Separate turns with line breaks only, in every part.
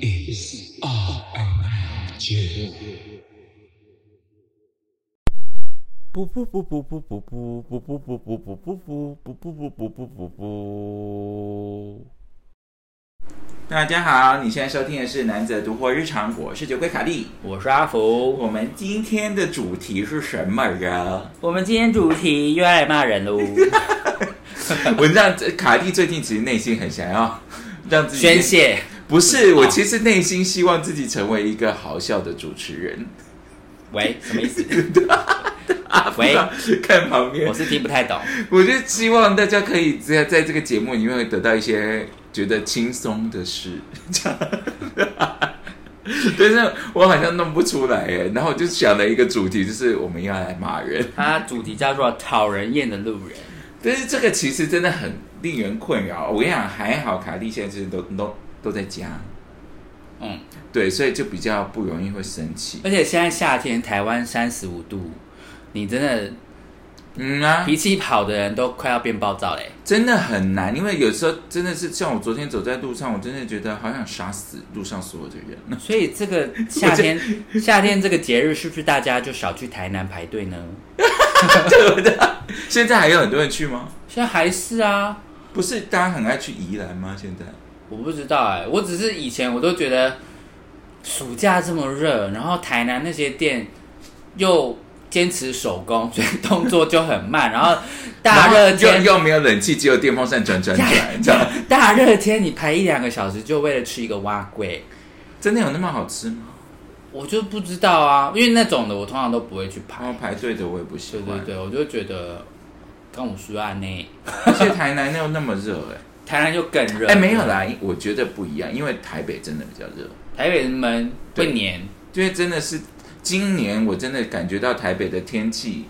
is RNG.
不不不不不不不不不不不不不不不不不不不不不。
大家好，你现在收听的是《男子独活日常》，我是酒鬼卡利。
我是阿福，
我们今天的主题是什么 呀？
我们今天主题又要来骂人喽，
我让卡利最近其实内心很想要 让自己
宣，泄。
不是我，其实内心希望自己成为一个好笑的主持人。
喂，什么 意思？
啊，不知道 看旁边
我，是听不太懂。
我就希望大家可以在在这个节目里面会得到一些觉得轻松的事， 这样但是我好像弄不出来耶，然后我就想了一个主题，就是我们要来骂人。
它主题叫做“讨人厌的路人
但是这个其实真的很令人困扰。我跟你讲，还好卡莉现在就是都都都在家，”。
嗯，
对，所以就比较不容易会生气。
而且现在夏天，台湾三十五度，你真的
嗯啊，
脾气好的人都快要变暴躁嘞。
真的很难，因为有时候真的是像我昨天走在路上，我真的觉得好想杀死路上所有的人。
所以这个夏 天，夏天这个节日是不是大家就少去台南排队呢？
现在还有很多人去吗？
现在还是啊，
不是大家很爱去宜兰吗？现在
我不知道哎、我只是以前我都觉得暑假这么热，然后台南那些店又坚持手工，所以动作就很慢，然后大热
然后又
天
又没有冷气，只有电风扇转转 转，这样
大热天你排一两个小时就为了吃一个蛙龟，
真的有那么好吃吗？
我就不知道啊，因为那种的我通常都不会去
然后
排。
排队的我也哦不喜
对对
欢，
对，我就觉得跟我说啊呢，
而且台南又那么热、哎。
台南就更 热。
哎，没有，啦，我觉得不一样，因为台北真的比较热，
台北人们会黏，
因为真的是今年我真的感觉到台北的天气，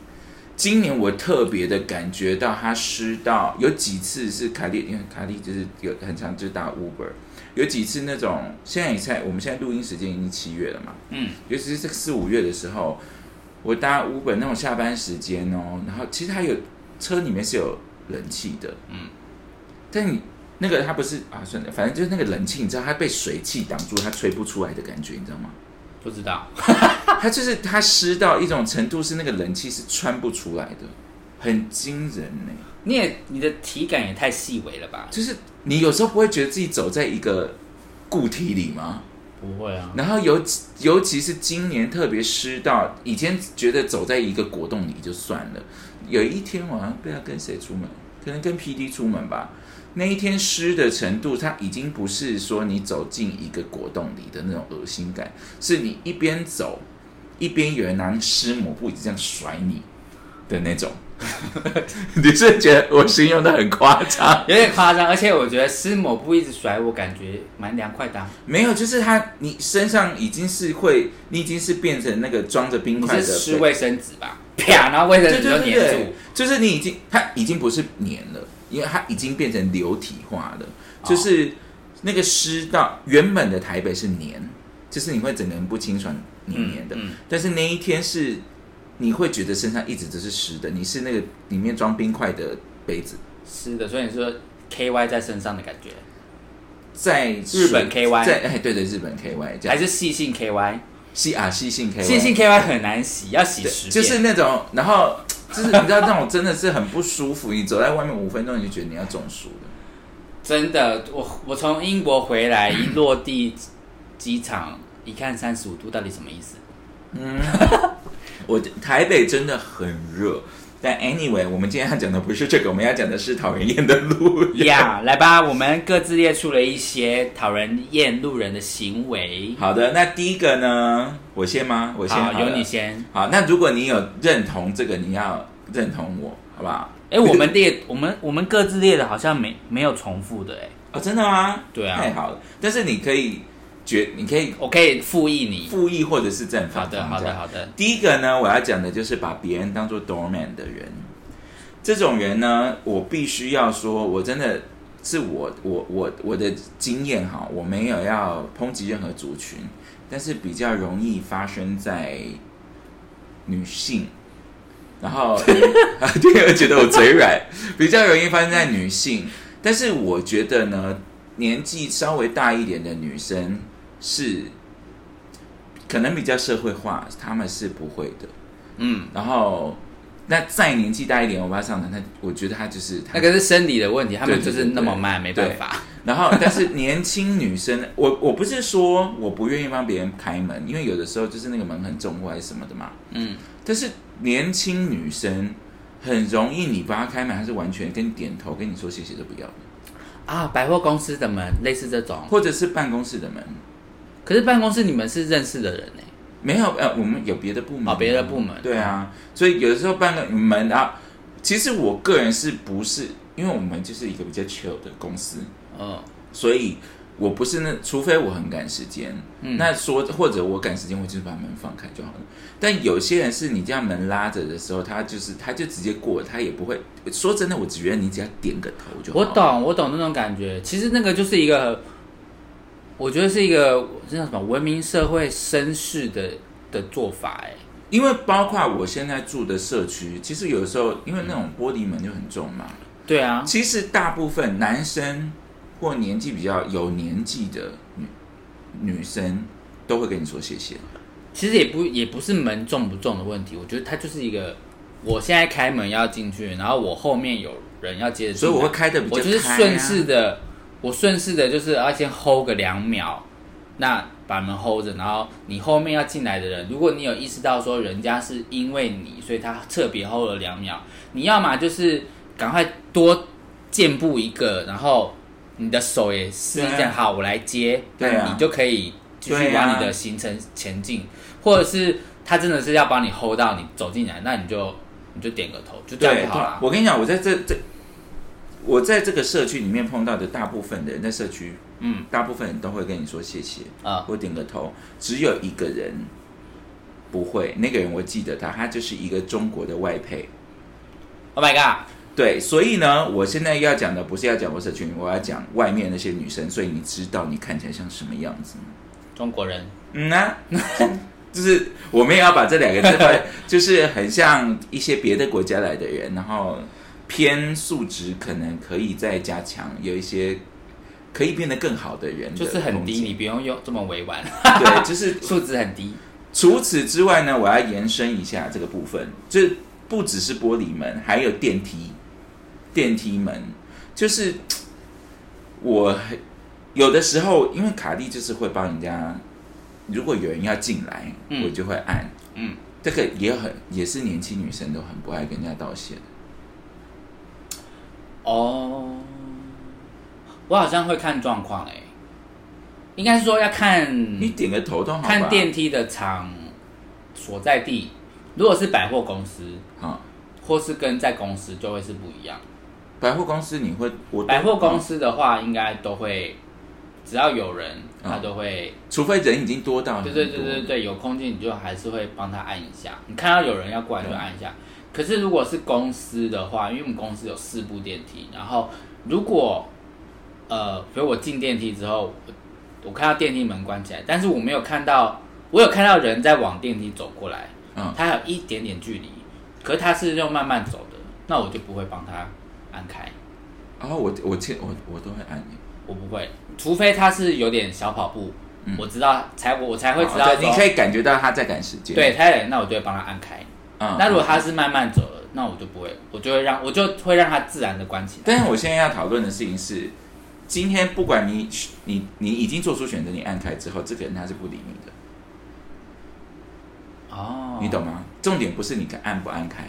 今年我特别的感觉到它湿到有几次是卡利，因为卡利就是有很长就打 Uber，有几次那种现在也才我们现在录音时间已经七月了嘛，
嗯，
尤其是这个四五月的时候，我搭 Uber 那种下班时间哦，然后其实它有车里面是有冷气的，
嗯，
但你那个它不是啊，算了，反正就是那个冷气，你知道它被水汽挡住，它吹不出来的感觉，你知道吗？
不知道。
它就是它湿到一种程度，是那个冷气是穿不出来的，很惊人呢、
你也你的体感也太细微了吧？
就是你有时候不会觉得自己走在一个固体里吗？
不会啊，
然后尤其尤其是今年特别湿到，以前觉得走在一个果冻里就算了，有一天晚上不知道跟谁出门，可能跟 P D 出门吧。那一天湿的程度，它已经不是说你走进一个果冻里的那种恶心感，是你一边走一边有人拿湿抹布一直这样甩你的那种。 你是觉得我形容的很夸张？
有点夸张，而且我觉得湿抹布一直甩我，感觉蛮凉快的啊、
没有，就是它，你身上已经是会，你已经是变成那个装着冰
你
块
是
嗯的
湿卫生纸吧？啪，然后卫生
对
纸
对
就
对
粘
对
住，，
就是你已经它已经不是黏了，因为它已经变成流体化了，
哦
就是那个湿到原本的台北是黏，就是你会整个人不清爽黏黏的，
嗯嗯
但是那一天是你会觉得身上一直都是湿的，你是那个里面装冰块的杯子，
湿的，所以你说 K Y 在身上的感觉，
在
日本
水
KY
在哎对对日本 KY 这
还
样，
是细性 K Y？
西啊西性 KY
细性 K Y 很难洗，要洗
对
十遍。
就是那种，然后就是你知道那种真的是很不舒服，你走在外面五分钟你就觉得你要中暑了。
真的，我我从英国回来一落地机场，一看三十五度，到底什么意 思？
我台北真的很热，但 anyway，我们今天要讲的不是这个，我们要讲的是讨人厌的路人。
呀、来吧，我们各自列出了一些讨人厌路人的行为。
好的，那第一个呢，我先吗？我先
好，
好
由
了
你。先。
好，那如果你有认同这个，你要认同我，好不好？
哎、我们列，我们我们各自列的好像没没有重复的哎、
哦，真的吗？
对啊
太好了。但是你可以觉，你可以
我可以复议你。
复议或者是正反
好的，好
这
的，
样
好的。
第一个呢，我要讲的就是把别人当做 doorman 的人。这种人呢，我必须要说，我真的是我我我我的经验哈，我没有要抨击任何族群，但是比较容易发生在女性。然后，对，我觉得我嘴软，比较容易发生在女性。但是我觉得呢，年纪稍微大一点的女生，是可能比较社会化，他们是不会的。
嗯，
然后，那再年纪大一点，欧巴桑呢，他我觉得他就是他
那个是生理的问题，他们
对对
就是那么慢，没
对
办法。
然后，但是年轻女生， 我我不是说我不愿意帮别人开门，因为有的时候就是那个门很重或者什么的嘛。
嗯，
但是年轻女生很容易，你帮她开门，她是完全跟你点头，跟你说谢谢都不要的，
啊，百货公司的门类似这种，
或者是办公室的门
可是办公室你们是认识的人呢、
没有，呃，我们有别的部门啊，
哦别的部门
对啊，所以有的时候办个门啊，其实我个人是不是，因为我们就是一个比较 chill 的公司，
嗯
所以我不是那，除非我很赶时间，
嗯
那说或者我赶时间，我就是把门放开就好了。但有些人是你这样门拉着的时候，他就是他就直接过，他也不会说真的，我只觉得你只要点个头就好。
我，懂，我懂那种感觉。其实那个就是一个，我觉得是一个这叫什么文明社会绅士的的做法、欸，
因为包括我现在住的社区，其实有的时候因为那种玻璃门就很重嘛，
对啊，
其实大部分男生或年纪比较有年纪的女女生都会跟你说谢谢。
其实也不也不是门重不重的问题，我觉得它就是一个，我现在开门要进去，然后我后面有人要接着
所
进来，
以我会开的比较开、
我
啊，
就是顺势的，我顺势的就是要先 hold 个两秒，那把门 hold 着，然后你后面要进来的人，如果你有意识到说人家是因为你，所以他特别 hold 了两秒，你要么就是赶快多健步一个，然后你的手也是这
对啊
样，好，我来接，
对啊
那你就可以继续
对啊
往你的行程前进，或者是他真的是要把你 hold 到你走进来，那你就你就点个头，就这样
对
就好了，。
我跟你讲，我在这这，我在这个社区里面碰到的大部分的人，在社区，
嗯，
大部分人都会跟你说谢谢，
啊、
我点个头。只有一个人不会，那个人我记得他，他就是一个中国的外配。
o h，Oh my god，
对，所以呢，我现在要讲的不是要讲我社群，我要讲外面那些女生，所以你知道你看起来像什么样子吗？
中国人。
嗯啊， 就是我们也要把这两个字 放在，就是很像一些别的国家来的人，然后偏素质可能可以再加强，有一些可以变得更好的人的
就是很低，
空
你
间。
不用用这么委婉，
对，就是
素质很低。
除此之外呢，我要延伸一下这个部分，就是不只是玻璃门，还有电梯，电梯门，就是我有的时候，因为卡蒂就是会帮人家，如果有人要进来，
嗯
我就会按，
嗯，
这个也很也是年轻女生都很不爱跟人家道谢的，
嗯哦，我好像会看状况诶，应该是说要看
你点个头都好吧，
看电梯的厂所在地，如果是百货公司
啊、
或是跟在公司就会是不一样。
百货公司你会我
百货公
司，
司的话，应该都会只要有人，
嗯
他都会
除非人已经多到很
对
多
对对对对，有空间你就还是会帮他按一下，你看到有人要过来就按一下。可是如果是公司的话，因为我们公司有四部电梯，然后如果呃，比如我进电梯之后，我我看到电梯门关起来，但是我没有看到，我有看到人在往电梯走过来，
嗯
他还有一点点距离，可是他是用慢慢走的，那我就不会帮他按开，
然后、我我见我我都会按你。
我不会，除非他是有点小跑步，
嗯
我知道才我我才会知道
好
说，
对你可以感觉到他在赶时间。
对，他有，那我就会帮他按开。
嗯，
那如果他是慢慢走了，那我就不会，我就会让我就会让他自然的关起来。
但是我现在要讨论的事情是，今天不管你你你已经做出选择，你按开之后，这个人他是不理你的，
哦，
你懂吗？重点不是你按不按开，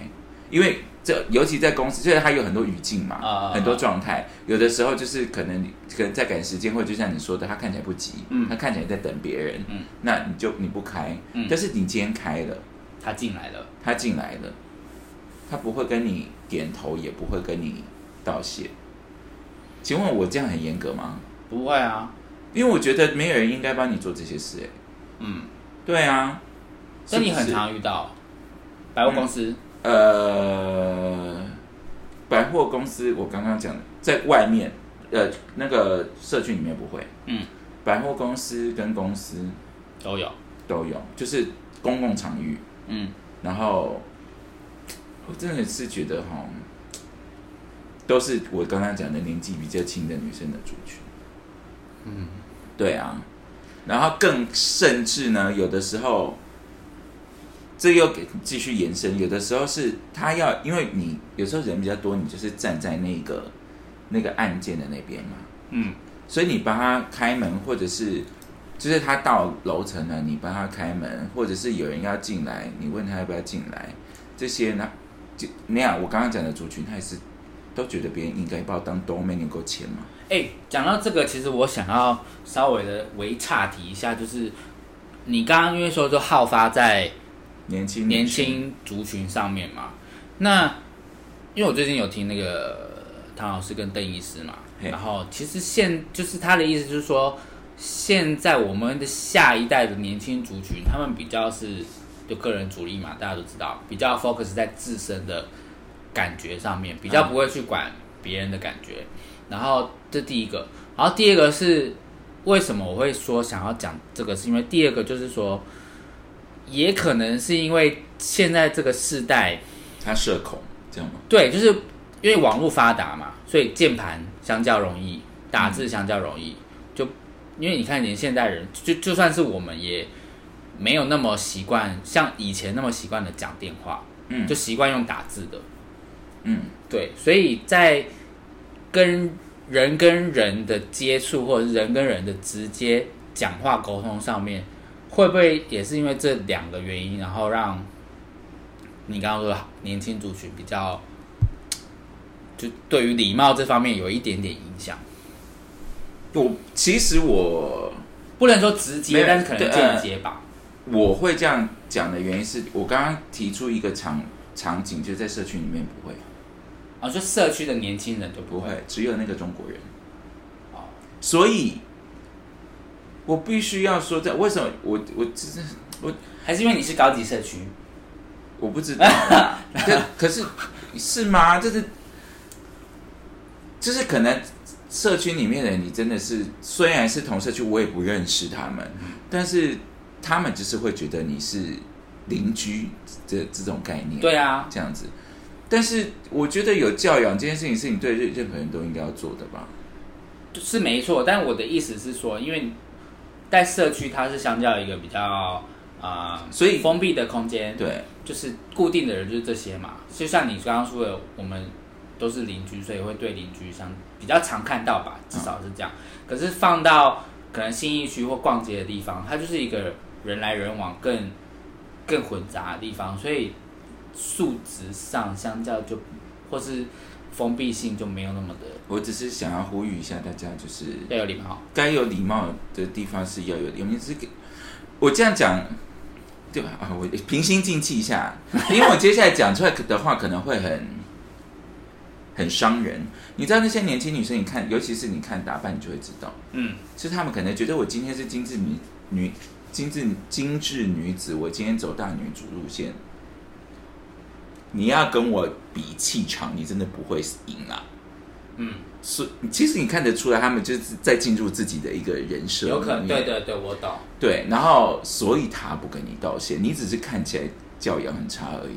因为这尤其在公司，就是它有很多语境嘛，
啊
很多状态，有的时候就是可能你可能在赶时间，或者就像你说的，他看起来不急，
嗯
他看起来在等别人，
嗯，
那你就你不开，
嗯
但是你今天开了，
他进来了，
他进来了，他不会跟你点头，也不会跟你道谢。请问我这样很严格吗？
不会啊，
因为我觉得没有人应该帮你做这些事、欸，
嗯，
对啊，
所以你很
是不是嗯
常遇到百货公司，
呃，百货公司我刚刚讲的，在外面，呃，那个社区里面不会，
嗯，
百货公司跟公司
都有，
都有，就是公共场域，
嗯，
然后我真的是觉得哈，都是我刚刚讲的年纪比较轻的女生的族群。嗯，对啊，然后更甚至呢，有的时候，这又给继续延伸，有的时候是他要，因为你有时候人比较多，你就是站在那个那个案件的那边嘛，
嗯，
所以你帮他开门，或者是就是他到楼层了，你帮他开门，或者是有人要进来，你问他要不要进来，这些呢，就那样我刚刚讲的族群，他也是都觉得别人应该把我当 domain 能够签嘛，
哎、讲到这个，其实我想要稍微的微岔题一下，就是你刚刚因为说就好发在
年轻
年轻族群上面嘛，那因为我最近有听那个唐老师跟邓医师嘛，
嘿
然后其实现就是他的意思就是说，现在我们的下一代的年轻族群，他们比较是就个人主义嘛，大家都知道，比较 focus 在自身的感觉上面，比较不会去管别人的感觉。然后这第一个，然后第二个是为什么我会说想要讲这个，是因为第二个就是说，也可能是因为现在这个世代，
他社恐这样吗？
对，就是因为网络发达嘛，所以键盘相较容易，打字相较容易，就因为你看连现代人，就就算是我们也没有那么习惯，像以前那么习惯的讲电话，
嗯
就习惯用打字的，
嗯，
对，所以在跟人跟人的接触，或者是人跟人的直接讲话沟通上面，会不会也是因为这两个原因，然后让你刚刚说的年轻族群比较，就对于礼貌这方面有一点点影响，
我其实我
不能说直
没
接，
有
但是可能
对呃
间接吧。
我会这样讲的原因是我刚刚提出一个场场景，就在社区里面不会
啊，就社区的年轻人就不
不
会
会，只有那个中国人，啊
哦，
所以我必须要说在为什么我我只是我
还是因为你是高级社区，
我不 知道啦，可可是是吗？就是就是可能社区里面的人，你真的是虽然是同社区，我也不认识他们，
嗯
但是他们就是会觉得你是邻居这这种概念，
对啊
这样子。但是我觉得有教养这件事情是你对任任何人都应该要做的吧？
是没错，但我的意思是说，因为在社区它是相较一个比较啊、呃
所以
封闭的空间，，
对，
就是固定的人就是这些嘛。就像你刚刚说的，我们都是邻居，所以会对邻居相比较常看到吧，至少是这样。可是放到可能新义区或逛街的地方，它就是一个人来人往更更混杂的地方，所以素质上相较就或是封闭性就没有那么的
我只是想要呼吁一下大家，就是
要有礼貌。
该有礼貌的地方是要有的。我们是给，我这样讲，对吧？啊，我平心静气一下，因为我接下来讲出来的话可能会很很伤人。你知道那些年轻女生，你看，尤其是你看打扮，你就会知道，
嗯。
就是她们可能觉得我今天是精致女女精致精致女子，我今天走大女主路线。你要跟我比气场，你真的不会赢啊！
嗯
是，其实你看得出来，他们就是在进入自己的一个人设里面，
有可能，对对对，我懂。
对然后，所以他不跟你道歉，你只是看起来教养很差而已。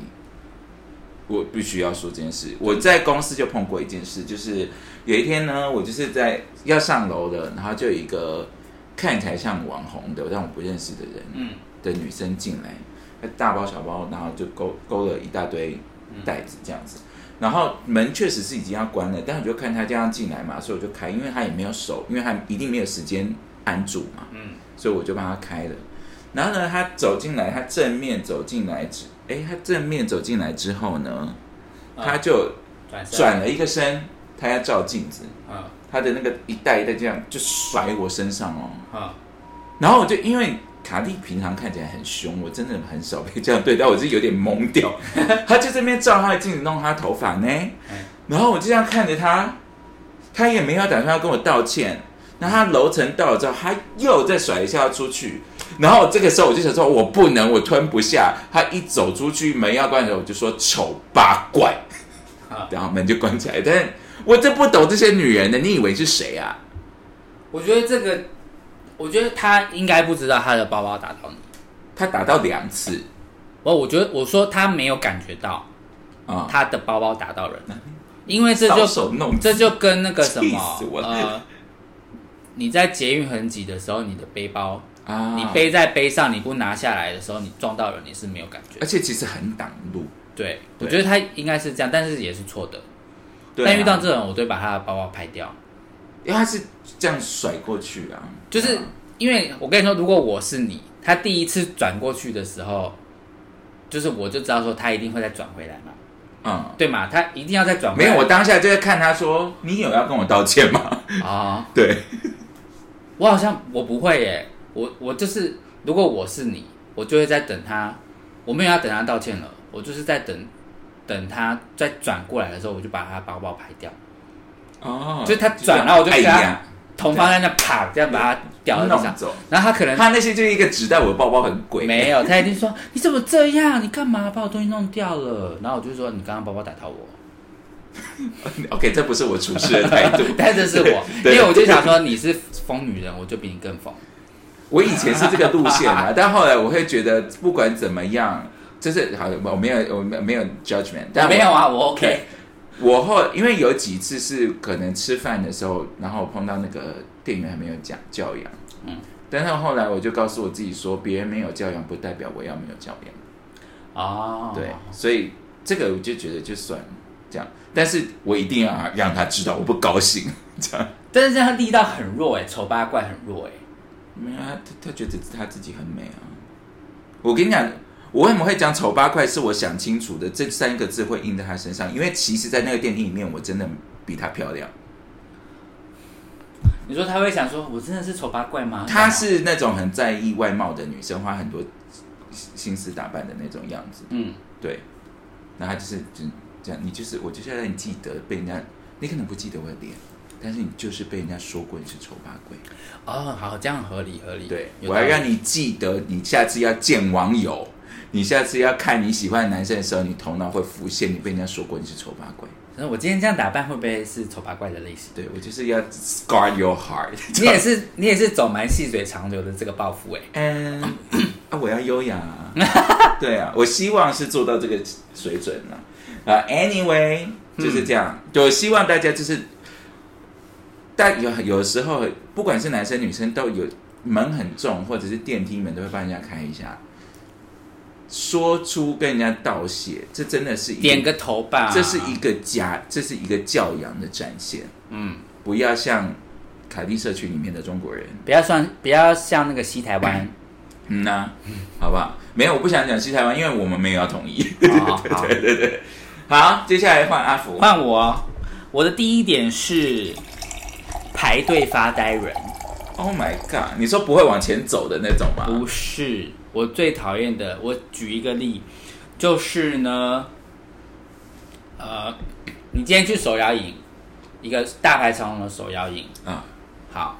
我必须要说这件事，我在公司就碰过一件事，就是有一天呢，我就是在要上楼了，然后就有一个看起来像网红的，但我不认识的人，
嗯
的女生进来，她大包小包，然后就勾勾了一大堆袋子这样子。然后门确实是已经要关了，但我就看她这样进来嘛，所以我就开，因为她也没有手，因为她一定没有时间按住嘛，
嗯，
所以我就帮她开了。然后呢，她走进来，她正面走进来之，诶，她正面走进来之后呢，
嗯
她就
转身
啊转了一个身，她要照镜子，
嗯
她的那个一袋一袋这样就甩我身上哦，
嗯，
然后我就因为卡蒂平常看起来很凶，我真的很少被这样对待，我就有点懵 掉。他就这边照他的镜子弄他头发呢，
哎
然后我就这样看着他，他也没有打算要跟我道歉。然后他楼层到了之后，他又再甩一下要出去。然后这个时候我就想说，我不能，我吞不下。他一走出去，门要关的时候，我就说丑八怪
啊，
然后门就关起来。但是我真不懂这些女人的，你以为是谁啊？
我觉得这个，我觉得他应该不知道他的包包打到你。
他打到两次
我我觉得我说他没有感觉到
啊，
他的包包打到人，因为这就
搔首弄姿
这就跟那个什
气
么
死我了
呃，你在捷运很挤的时候，你的背包
啊，
你背在背上，你不拿下来的时候，你撞到人你是没有感觉
而
的。
且其实很挡路。
对，我
哎对
觉得他应该是这样，但是也是错的。
对啊
但遇到这种，我都会把他的包包拍掉，
因为他是这样甩过去啊，
就是
啊
因为我跟你说，如果我是你，他第一次转过去的时候，就是我就知道说他一定会再转回来嘛，
嗯，
对嘛？他一定要再转回
没
来。
有，我当下就在看他说：“你有要跟我道歉吗
啊、？”
对，
我好像我不会耶，我我就是如果我是你，我就会在等他，我没有要等他道歉了，我就是在等等他再转过来的时候，我就把他包包拍掉，
哦，
就是他转
了，
了我就
哎
给他
呀，
同方在那啪这样把它掉在地
弄
上，
走。
然后他可能
他那些就是一个纸袋，我的包包很贵，
没有，他一定说你怎么这样，你干嘛把我东西弄掉了？然后我就说你刚刚包包打到我，。
OK，这不是我处事的态度
但这是我，因
对
为我就想说你是疯女人，我就比你更疯。
我以前是这个路线 啊，但后来我会觉得，不管怎么样，就是好，我没有，我没有没有 judgment，但我
我没有。啊，我 OK
对。我后因为有几次是可能吃饭的时候，然后碰到那个店员还没有讲教养，
嗯
嗯，但是后来我就告诉我自己说，别人没有教养不代表我要没有教养。
哦，
对，所以这个我就觉得就算了这样，但是我一定要让他知道我不高兴，这样。
但是这样力道很弱哎，丑八怪很弱哎。
没有啊，他他觉得他自己很美啊。我跟你讲，我为什么会讲丑八怪，是我想清楚的，这三个字会印在他身上，因为其实，在那个电梯里面，我真的比她漂亮。
你说他会想说，我真的是丑八怪吗？
她是那种很在意外貌的女生，花很多心思打扮的那种样子。
嗯，
对，那她就是就这样，你就是我就是要让你记得被人家，你可能不记得我的脸，但是你就是被人家说过你是丑八怪。
哦，好，这样合理合理。
对，
有
我
道
要
理
让你记得，你下次要见网友，你下次要看你喜欢的男生的时候，你头脑会浮现你被人家说过你是丑八怪。
可是我今天这样打扮会不会是丑八怪的类型？
对我就是要 scar your heart。
你也是，你也是走蛮细水长流的这个抱负哎。
嗯 啊，我要优雅 啊。对啊，我希望是做到这个水准了。啊、a n y w a y
嗯
就是这样。就希望大家就是，但有有时候，不管是男生女生，都有门很重，或者是电梯门都会帮人家开一下，说出跟人家道谢，这真的是一个
点个头吧，
这是一个家，这是一个教养的展现。
嗯，
不要像凯利社区里面的中国人。
不要算，不要像那个西台 湾，
嗯呐、好不好？没有，我不想讲西台湾，因为我们没有要统一。
好哦 好，
好，接下来换阿福。
换我，我的第一点是排队发呆人，
Oh my god！你说不会往前走的那种吗？
不是我最讨厌的。我举一个例，就是呢，呃，你今天去手摇饮，一个大排长龙的手摇饮，
啊，
好，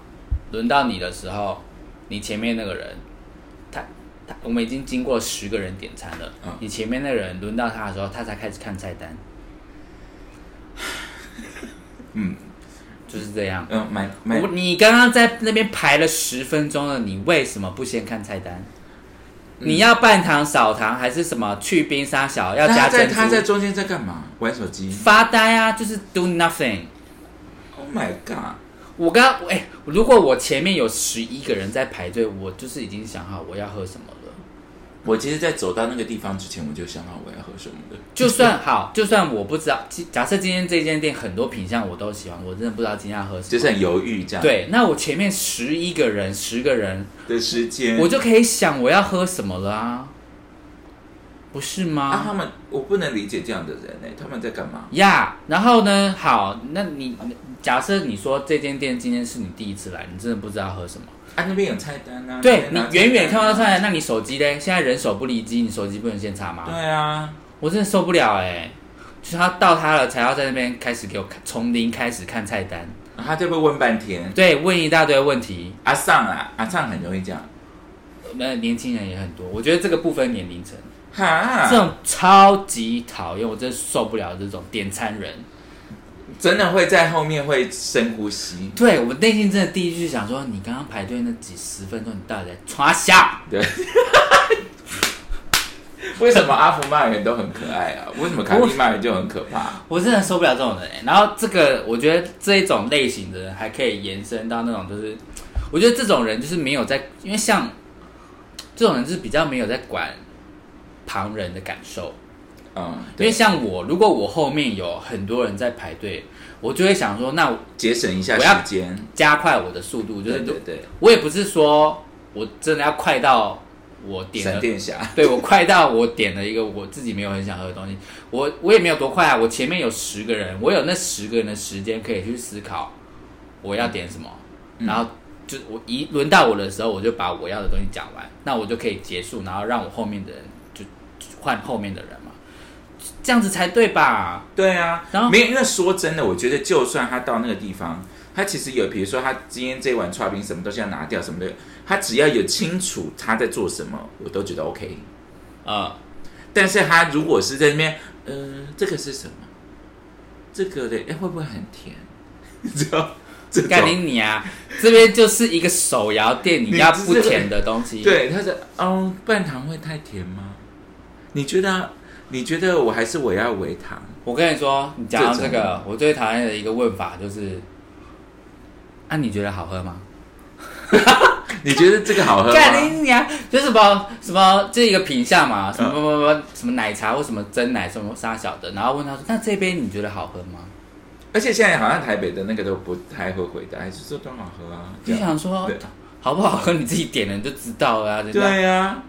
轮到你的时候，你前面那个人，他他我们已经经过十个人点餐了，
嗯
你前面那个人轮到他的时候，他才开始看菜 单，
嗯
就是这样。
嗯，买买
我，你刚刚在那边排了十分钟了，你为什么不先看菜单？
嗯
你要半糖少糖还是什么去冰沙小？要
那
加
他在
珍珠？
他在中间在干嘛？玩手机
发呆啊，就是 do nothing。
？Oh my god！
我刚哎、如果我前面有十一个人在排队，我就是已经想好我要喝什么了。
我其实，在走到那个地方之前，我就想好我要喝什么的。
就 算好，就算我不知道，其假设今天这间店很多品相我都喜欢，我真的不知道今天要喝什么。
就是很犹豫这样。
对，那我前面十一个人，十个人，
的时间，
我就可以想我要喝什么了啊，不是
啊，
吗？
他们我不能理解这样的人呢、他们在干嘛？
呀、然后呢？好，那你假设你说这间店今天是你第一次来，你真的不知道喝什么。
啊，那边有菜单啊。
对
那边
你
拿菜单啊
远远看到上来，那你手机嘞？现在人手不离机，你手机不能先查吗？
对啊，
我真的受不了哎、就是他到他了，才要在那边开始给我看，从零开始看菜单，
啊他就会问半天。
对，问一大堆问题。
阿尚啊，阿尚很容易这样。
那年轻人也很多，我觉得这个部分年龄层，
哈，
这种超级讨厌，我真的受不了这种点餐人。
真的会在后面会深呼吸，
对我内心真的第一句想说，你刚刚排队那几十分钟，你到底在耍笑？
对。 为什么阿福骂人都很可爱啊？为什么卡莉骂人就很可怕？
我真的受不了这种人、欸。然后这个，我觉得这一种类型的人还可以延伸到那种，就是我觉得这种人就是没有在，因为像这种人就是比较没有在管旁人的感受。
嗯，
因为
对，
像我，如果我后面有很多人在排队，我就会想说，那我
节省一下
我要
时间，
加快我的速度，就
对
是
对对，
我也不是说我真的要快到我点
闪
了，
电侠，
对我快到我点了一个我自己没有很想喝的东西，我我也没有多快啊，我前面有十个人，我有那十个人的时间可以去思考我要点什么，
嗯
然后就我一轮到我的时候，我就把我要的东西讲完，那我就可以结束，然后让我后面的人就就换后面的人嘛，这样子才对吧？
对啊，
然后
没有，因为说真的，我觉得就算他到那个地方，他其实有，比如说他今天这碗刨冰什么东西要拿掉什么的，他只要有清楚他在做什么，我都觉得 OK。
呃，
但是他如果是在那边，呃，这个是什么？这个的，哎，会不会很甜？ 你知道这
干你
种？
你啊，这边就是一个手摇店，你
你
要
这
不
是
甜的东西，
对，他说，哦，半糖会太甜吗？你觉得？你觉得我还是我要微糖？
我跟你说，你讲到这
这种
个，我最讨厌的一个问法就是，啊，你觉得好喝吗？
你觉得这个好喝
干
吗？
你娘！就是什么什么这一个品相嘛，
嗯
什么什么什么什么奶茶或什么蒸奶什么沙小的，然后问他说，那这杯你觉得好喝吗？
而且现在好像台北的那个都不太会回答，还是说都好喝啊？这
就
样
想说
对
好不好喝你自己点了你就知道了啊，真的
对啊，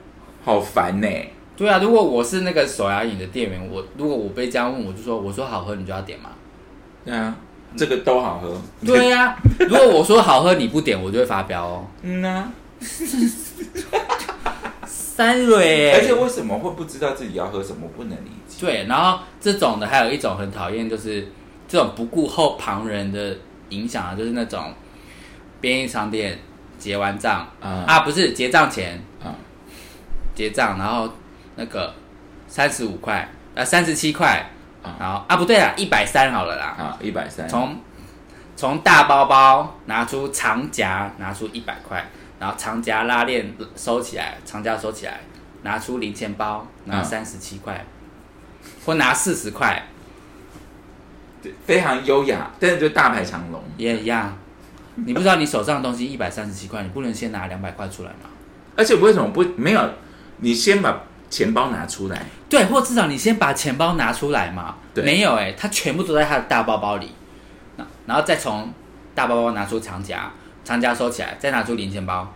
好烦呢、
对啊，如果我是那个手摇饮的店员，我如果我被这样问，我就说我说好喝你就要点嘛。
对啊，这个都好喝。
对呀、啊，如果我说好喝你不点，我就会发飙哦。
嗯啊，
三蕊耶，
而且为什么会不知道自己要喝什么？我不能理解。
对，然后这种的还有一种很讨厌，就是这种不顾后旁人的影响啊，就是那种便利商店结完账、
啊
啊，不是结账前
啊
结账，然后那个三十五块呃三十七块，
啊
然后啊不对啦，一百三好了啦，
啊！一百三，
从从大包包拿出长夹，拿出一百块，然后长夹拉链收起来，长夹收起来，拿出零钱包，拿
嗯
三十七块，或拿四十块
非常优雅，但是就大排长龙。
也一样。你不知道你手上的东西一百三十七块，你不能先拿两百块出来吗？
而且为什么不没有？你先把钱包拿出来，
对，或至少你先把钱包拿出来嘛。
对
没有哎、他全部都在他的大包包里，那然后再从大包包拿出长夹，长夹收起来，再拿出零钱包，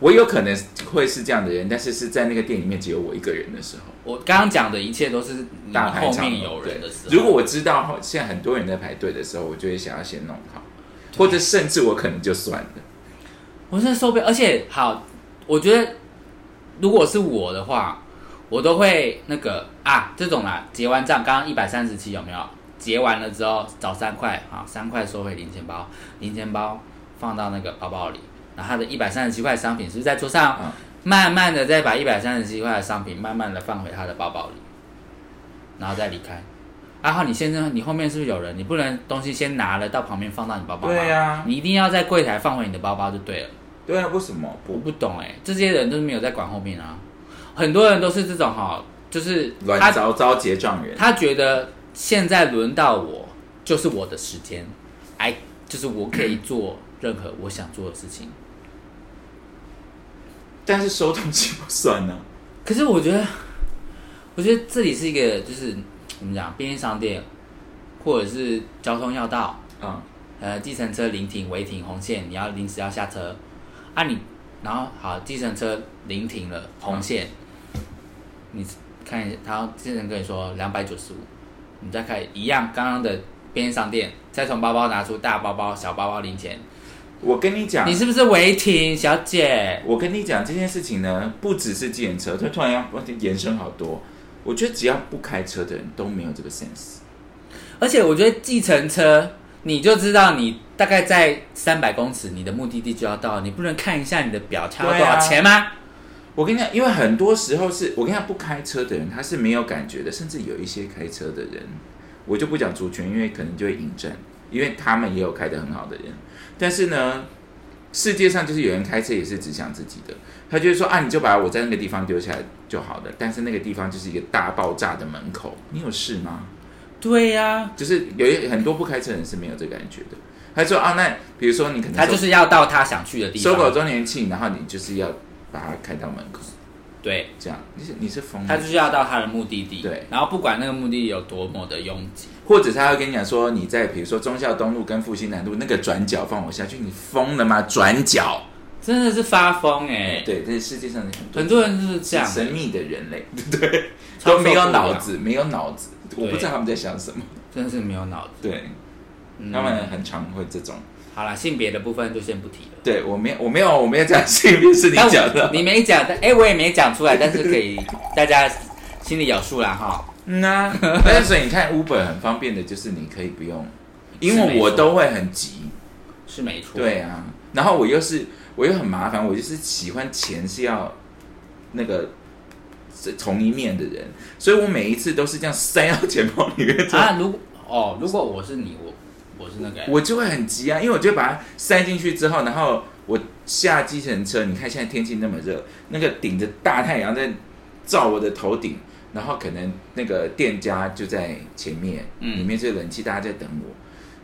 我有可能会是这样的人，但是是在那个店里面只有我一个人的时候，
我刚刚讲的一切都是你
大排
嗯后
长龙。
面有人的时候。
对如果我知道现在很多人在排队的时候，我就会想要先弄好，或者甚至我可能就算了。
我真的受不了，而且好，我觉得如果是我的话，我都会那个啊，这种啦，结完账刚刚一百三十七有没有？结完了之后找三块啊，三块收回零钱包，零钱包放到那个包包里，然后他的一百三十七块商品是不是在桌上？
嗯
慢慢的再把一百三十七块的商品慢慢的放回他的包包里，然后再离开。然后你先生，你后面是不是有人？你不能东西先拿了到旁边放到你包包吗
对啊
你一定要在柜台放回你的包包就对了。
对啊，为什么
我
不
不懂哎、这些人都是没有在管后面啊，很多人都是这种哈，就是
乱
他
糟糟结账人？
他觉得现在轮到我，就是我的时间，哎，就是我可以做任何我想做的事情。
但是收东西不算呢、
可是我觉得，我觉得这里是一个就是嗯怎么讲，便利商店或者是交通要道，
啊。
呃，计程车临停、违停、红线，你要临时要下车啊你，然后好，计程车临停了，红线，你看一下，然后计程跟你说两百九十五，你再看一样刚刚的便利商店，再从包包拿出大包包、小包包零钱，
我跟你讲，
你是不是违停，小姐？
我跟你讲这件事情呢，不只是计程车，它突然要延伸好多。我觉得只要不开车的人都没有这个 sense。
而且我觉得计程车，你就知道你大概在三百公尺，你的目的地就要到了，你不能看一下你的表，差多
对啊
少钱吗？
我跟你讲，因为很多时候是我跟你讲，不开车的人他是没有感觉的，甚至有一些开车的人，我就不讲族群，因为可能就会引战，因为他们也有开得很好的人。但是呢，世界上就是有人开车也是只想自己的，他就会说啊，你就把我在那个地方丢下来就好了。但是那个地方就是一个大爆炸的门口，你有事吗？
对呀、啊
就是有一很多不开车人是没有这个感觉的。他说啊，那比如说你可能
他就是要到他想去的地
搜狗
方，
周年庆，然后你就是要把它开到门口，
对，
这样你是你是疯
他
了
就，是要到他的目的地，
对
然后不管那个目的地有多么的拥挤，
或者他会跟你讲说你在比如说忠孝东路跟复兴南路那个转角放我下去，你疯了吗？转角，
真的是发疯哎、
对，这世界上很多
很多人就是这样，
神秘的人 类，
超
都没有
受不了
脑，子，没有脑子，我不知道他们在想什么。
真的是没有脑子。
对，
嗯
他们很常会这种。
好啦，性别的部分就先不提了。
对我没我没有我没有讲性别是你
但我
讲的。
你没讲，但啊哎、我也没讲出来，但是可以大家心里有数啦哈。
嗯 啊，但是所以你看 Uber 很方便的，就是你可以不用，因
是没
为
错
我都会很急。
是没错，，
对啊，然后我又是我又很麻烦，我就是喜欢钱是要那个是同一面的人，所以我每一次都是这样塞到钱包里面。
啊，如果哦，如果我是你，我我是那个，
我就会很急啊，因为我就把它塞进去之后，然后我下计程车，你看现在天气那么热，那个顶着大太阳在照我的头顶，然后可能那个店家就在前面，
嗯
里面是冷气，大家在等我，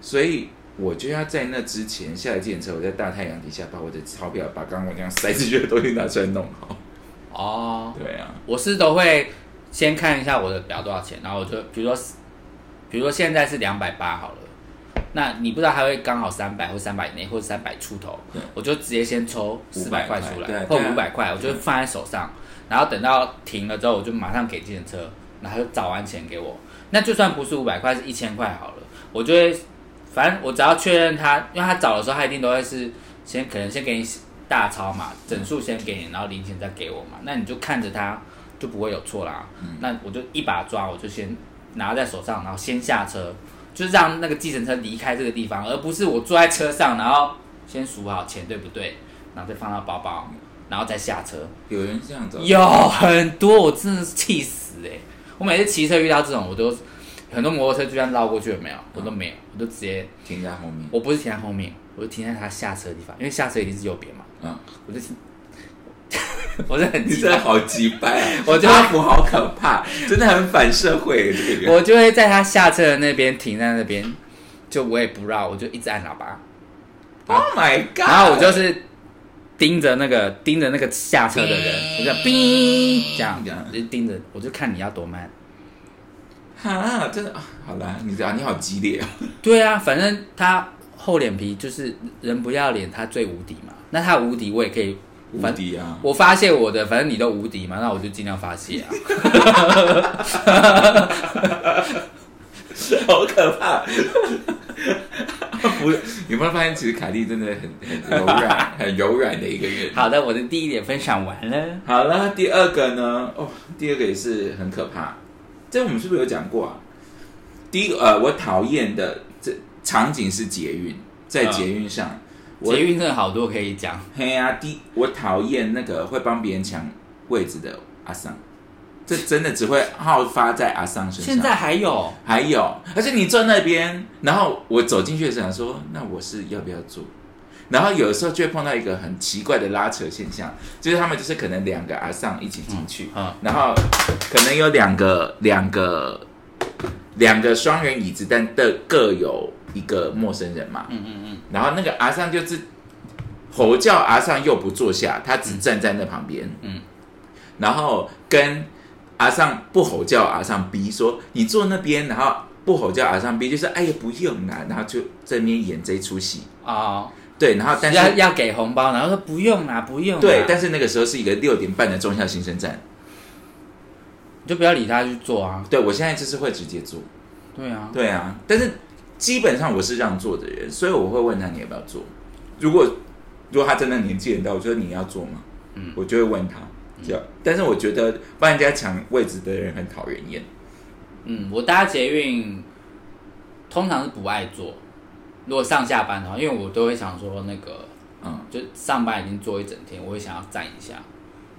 所以我就要在那之前下了计程车，我在大太阳底下把我的钞票，把刚刚我这样塞进去的东西拿出来弄好。
哦，
对啊，
我是都会先看一下我的表多少钱，然后我就比如说，比如说现在是两百八好了，那你不知道它会刚好三百或三百内或三百出头
对，
我就直接先抽四
500
百块
块
出
对
来
啊
或
对啊
五百块，我就放在手上，然后等到停了之后，我就马上给计程车，然后就找完钱给我。那就算不是五百块，是一千块好了，我就会，反正我只要确认他，因为他找的时候他一定都会是先可能先给你大钞嘛，整数先给你，然后零钱再给我嘛，那你就看着他就不会有错啦。
嗯
那我就一把抓，我就先拿在手上，然后先下车，就是让那个计程车离开这个地方，而不是我坐在车上，然后先数好钱对不对，然后再放到包包，然后再下车。
有人这样子哦，
有很多，我真的是气死哎、我每次骑车遇到这种，我都很多摩托车就算绕过去了没有，我都没有，我都直接，
停在后面，
我不是停在后面，我就停在他下车的地方，因为下车一定是右边嘛，
嗯，
我就是， 我是很
你
急
真的好急掰 啊，
我就
阿福好可怕，真的很反社会这个人。
我就会在他下车的那边停在那边，就我也不绕，我就一直按喇叭，
Oh my god！
然后我就是盯着那个盯着那个下车的人，我就哔这样
这样，
就盯着，我就看你要多慢。
哈，真的啊，好啦，你啊，你好激烈啊！
对啊，反正他厚脸皮就是人不要脸，他最无敌嘛。那他无敌，我也可以
无
反
敌 啊！
我发泄我的，反正你都无敌嘛，那我就尽量发泄 啊。
好可怕！ 不是，有没有发现其实凯莉真的很很柔软、 很柔软的一个人？
好的，我的第一点分享完了。
好啦，第二个呢？哦，第二个也是很可怕。这我们是不是有讲过啊？第一个，呃，我讨厌的这场景是捷运，在
嗯
捷运上，我
捷运真的好多可以讲，
嘿呀、第我讨厌那个会帮别人抢位置的阿桑，这真的只会好发在阿桑身上。
现在还有
还有，而且你坐那边，然后我走进去的时候想说，那我是要不要坐？然后有时候就会碰到一个很奇怪的拉扯现象，就是他们就是可能两个阿上一起进去，
嗯嗯
然后可能有两个两个两个双人椅子，但的各有一个陌生人嘛，嗯嗯嗯，然后那个阿上就是吼叫阿上又不坐下，他只站在那旁边，
嗯
嗯，然后跟阿尚不吼叫阿尚 B 说你坐那边，然后不吼叫阿尚 B 就是哎呀不用啦，然后就这边演这一出戏，
啊、
对，然后但
要啊
是
要给红包，然后说不用啦，不用啦，
对，但
是
是那个时候是一个六点半的中校新生站，
你就不要理他去做啊。
对我现在就是会直接坐，
对啊，
对啊，但是基本上我是让座的人，所以我会问他你要不要坐，如果如果他真的年纪很大，我觉得你要坐吗？
嗯
我就会问他，这样，但是我觉得帮人家抢位置的人很讨人厌，
嗯，我搭捷运通常是不爱坐，如果上下班的话，因为我都会想说那个
嗯，
就上班已经坐一整天，我会想要站一下。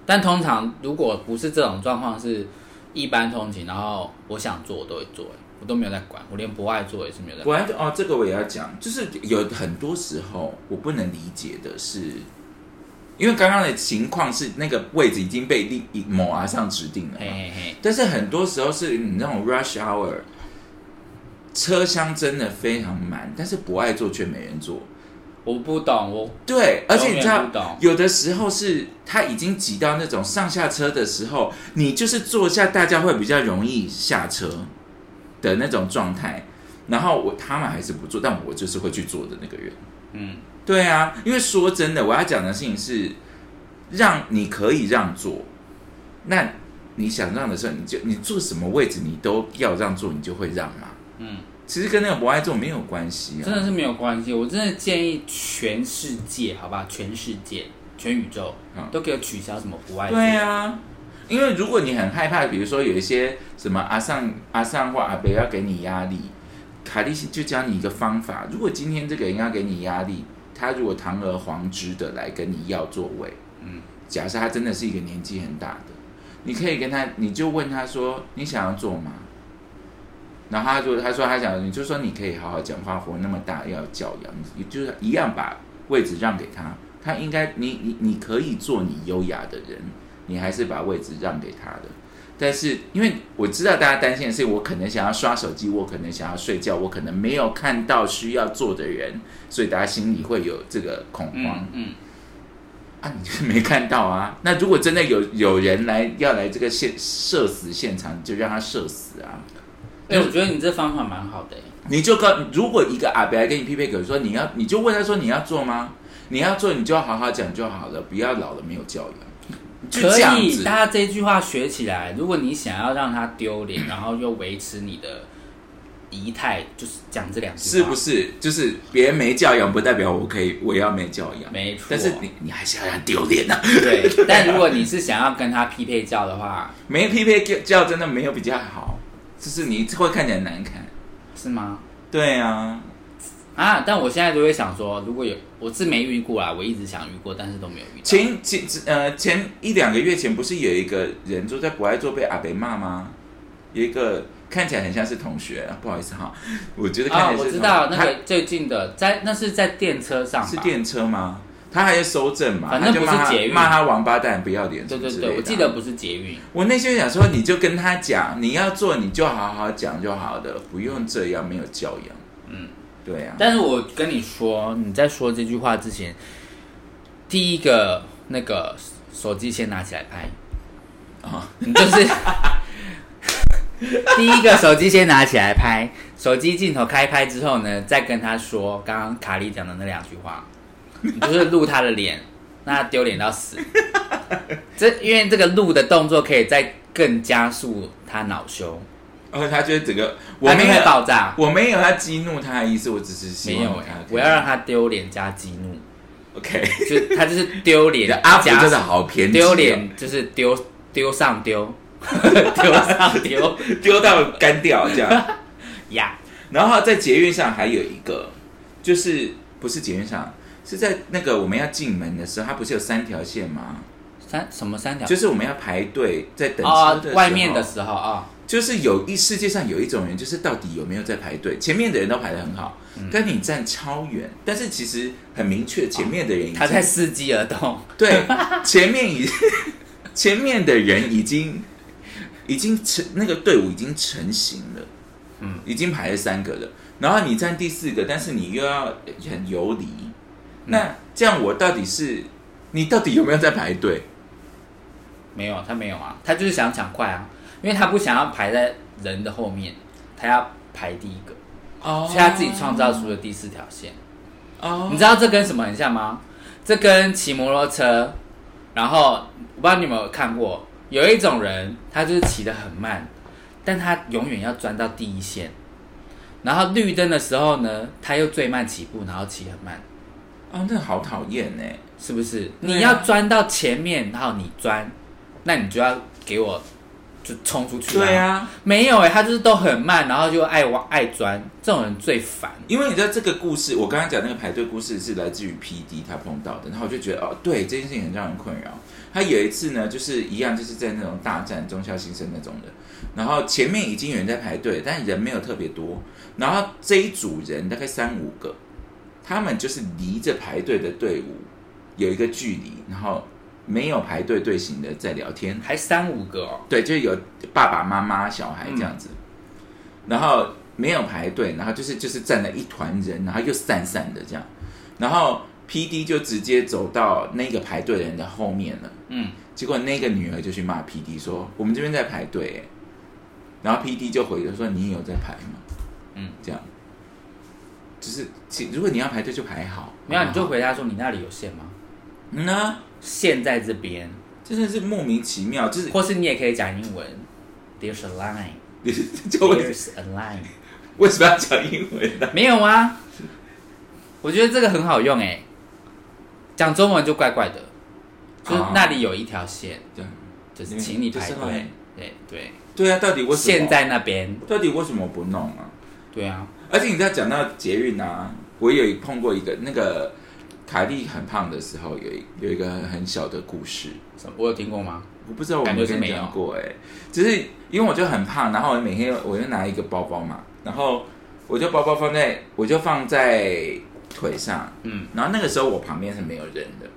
但通常如果不是这种状况，是一般通勤，然后我想坐我都会坐、欸我都没有在管，我连不爱坐也是没有在
我
管。
要哦，这个我也要讲，就是有很多时候我不能理解的是，因为刚刚的情况是那个位置已经被另一某啊上指定了嘛，
嘿嘿嘿，
但是很多时候是你那种 rush hour，车厢真的非常满，但是不爱坐却没人坐。
我不懂，我
对，而且你知
永
道
远不懂，
有的时候是他已经挤到那种上下车的时候，你就是坐下，大家会比较容易下车的那种状态。然后我他们还是不坐，但我就是会去坐的那个人。
嗯，
对啊，因为说真的，我要讲的事情是，让你可以让座，那你想让的时候，你就你坐什么位置，你都要让座，你就会让嘛。
嗯，
其实跟那个不爱坐没有关系啊。
真的是没有关系。我真的建议全世界，好吧，全世界、全宇宙、
嗯
都给我取消什么不爱
对
啊，
啊，因为如果你很害怕，比如说有一些什么阿上阿上或阿北要给你压力，卡利西就教你一个方法。如果今天这个人要给你压力，他如果堂而皇之的来跟你要座位，
嗯，
假设他真的是一个年纪很大的，你可以跟他，你就问他说你想要坐吗？然后他就他说他想，你就说你可以好好讲话，活那么大要有教养，你就是一样把位置让给他，他应该你你你可以做你优雅的人，你还是把位置让给他的。但是因为我知道大家担心的是，我可能想要刷手机，我可能想要睡觉，我可能没有看到需要做的人，所以大家心里会有这个恐慌。
嗯嗯，
啊，你就是没看到啊。 那如果真的有有人来要来这个现射死现场，你就让他射死啊。
哎、我觉得你这方法蛮好的、欸。
你就告，如果一个阿伯来跟你匹配狗说你要，你就问他说你要做吗？你要做，你就好好讲就好了，不要老了没有教养。就
可
这样
以，
子，
大家这句话学起来。如果你想要让他丢脸，然后又维持你的仪态，就是讲这两句话，
是不？是？就是别人没教养，不代表我可以，我要没教养。
没错。
但是你你还是要让他丢脸啊！
对，但如果你是想要跟他匹配教的话，
没匹配教真的没有比较好，就是你会看起来难看。
是吗？
对啊，
啊！但我现在就会想说，如果有我是没遇过啦，啊我一直想遇过，但是都没有遇到。
前前呃前一两个月前不是有一个人就在国外做被阿北骂吗？有一个看起来很像是同学，啊不好意思哈，我觉得
啊、
看起来是同、
我知道那
他
个最近的，在那是在电车上吧？
是电车吗？他还在收证嘛，
反正
他就骂
不是
他
捷运
骂他王八蛋不要脸，
对对
什么之类
对，
的啊
我记得不是捷运。
我内心想说，你就跟他讲，你要做你就好好讲就好了，不用这样没有教养。
嗯，
对啊，
但是我跟你说，你在说这句话之前，第一个那个手机先拿起来拍，
啊、
你就是 第一个手机先拿起来拍，手机镜头开拍之后呢，再跟他说刚刚卡莉讲的那两句话，你就是录他的脸，让他丢脸 到死。这因为这个录的动作可以再更加速他恼羞，
然后他就会整个我
他就
没
会
有
爆炸。
我没有要激怒他的意思，我只是希
没
望
有
他
哎、
可以
我要让他丢脸加激怒。
OK。
就是他就是丢
你的，
脸
阿福
加
真的好偏激哦
丢脸，就是丢丢上丢， 丢上丢
丢到干掉这样。
呀。
然后在捷运上还有一个，就是不是捷运上，是在那个我们要进门的时候，它不是有三条线吗？
三什么三条？
就是我们要排队在等车
哦
的时，候
外面的时候啊，
就是有一世界上有一种人，就是到底有没有在排队？前面的人都排得很好，跟你站超远，但是其实很明确，前面的人已经、
他在伺机而动，
对前面已 前面的人已经已经成那个队伍已经成型了。
嗯，
已经排了三个了，然后你站第四个，但是你又要很游离，那这样我到底是你到底有没有在排队？
没有他没有啊，他就是想抢快啊，因为他不想要排在人的后面，他要排第一个，
哦
所以他自己创造出了第四条线。
哦
你知道这跟什么很像吗？这跟骑摩托车，然后我不知道你有没有看过，有一种人他就是骑得很慢，但他永远要钻到第一线，然后绿灯的时候呢，他又最慢起步，然后骑很慢，
哦，那好讨厌欸呢。
是不是？
对啊
你要钻到前面，然后你钻，那你就要给我就冲出去、
对，啊，
没有哎、他就是都很慢，然后就爱挖爱钻，这种人最烦。
因为你知道这个故事，我刚刚讲那个排队故事是来自于 P D 他碰到的，然后我就觉得哦，对这件事情很让人困扰。他有一次呢，就是一样，就是在那种大战中校新生那种的，然后前面已经有人在排队，但人没有特别多，然后这一组人大概三五个，他们就是离着排队的队伍有一个距离，然后没有排队队形的在聊天，
还三五个哦，
对，就是有爸爸妈妈、小孩这样子。然后没有排队，然后就是就是站了一团人，然后又散散的这样，然后 P D 就直接走到那个排队的人的后面了。
嗯，
结果那个女儿就去骂 P D 说：“我们这边在排队欸。”然后 P D 就回了说：“你也有在排吗？”
嗯，
这样，就是其如果你要排队就排好，
没有
好不
你就
好
回答说你那里有线吗？
嗯呐、
线在这边，
真的是莫名其妙，就是
或是你也可以讲英文，There's a line,
就为
There's a line，
为什么要讲英文呢、
没有啊？我觉得这个很好用哎、讲中文就怪怪的，就是
啊
那里有一条线，
对
就是请你排
就是 line
队，对对，
对啊，到底为什么？
线在那边，
到底为什么不弄啊？
对啊，
而且你知道讲到捷运啊，我有碰过一个那个凯莉很胖的时候，有一有一个很小的故事，
什么我有听过吗？
我不知道我
感觉
没
是
跟你
没有
讲过哎、只是因为我就很胖，然后我每天我就拿一个包包嘛，然后我就包包放在我就放在腿上，
嗯，
然后那个时候我旁边是没有人的，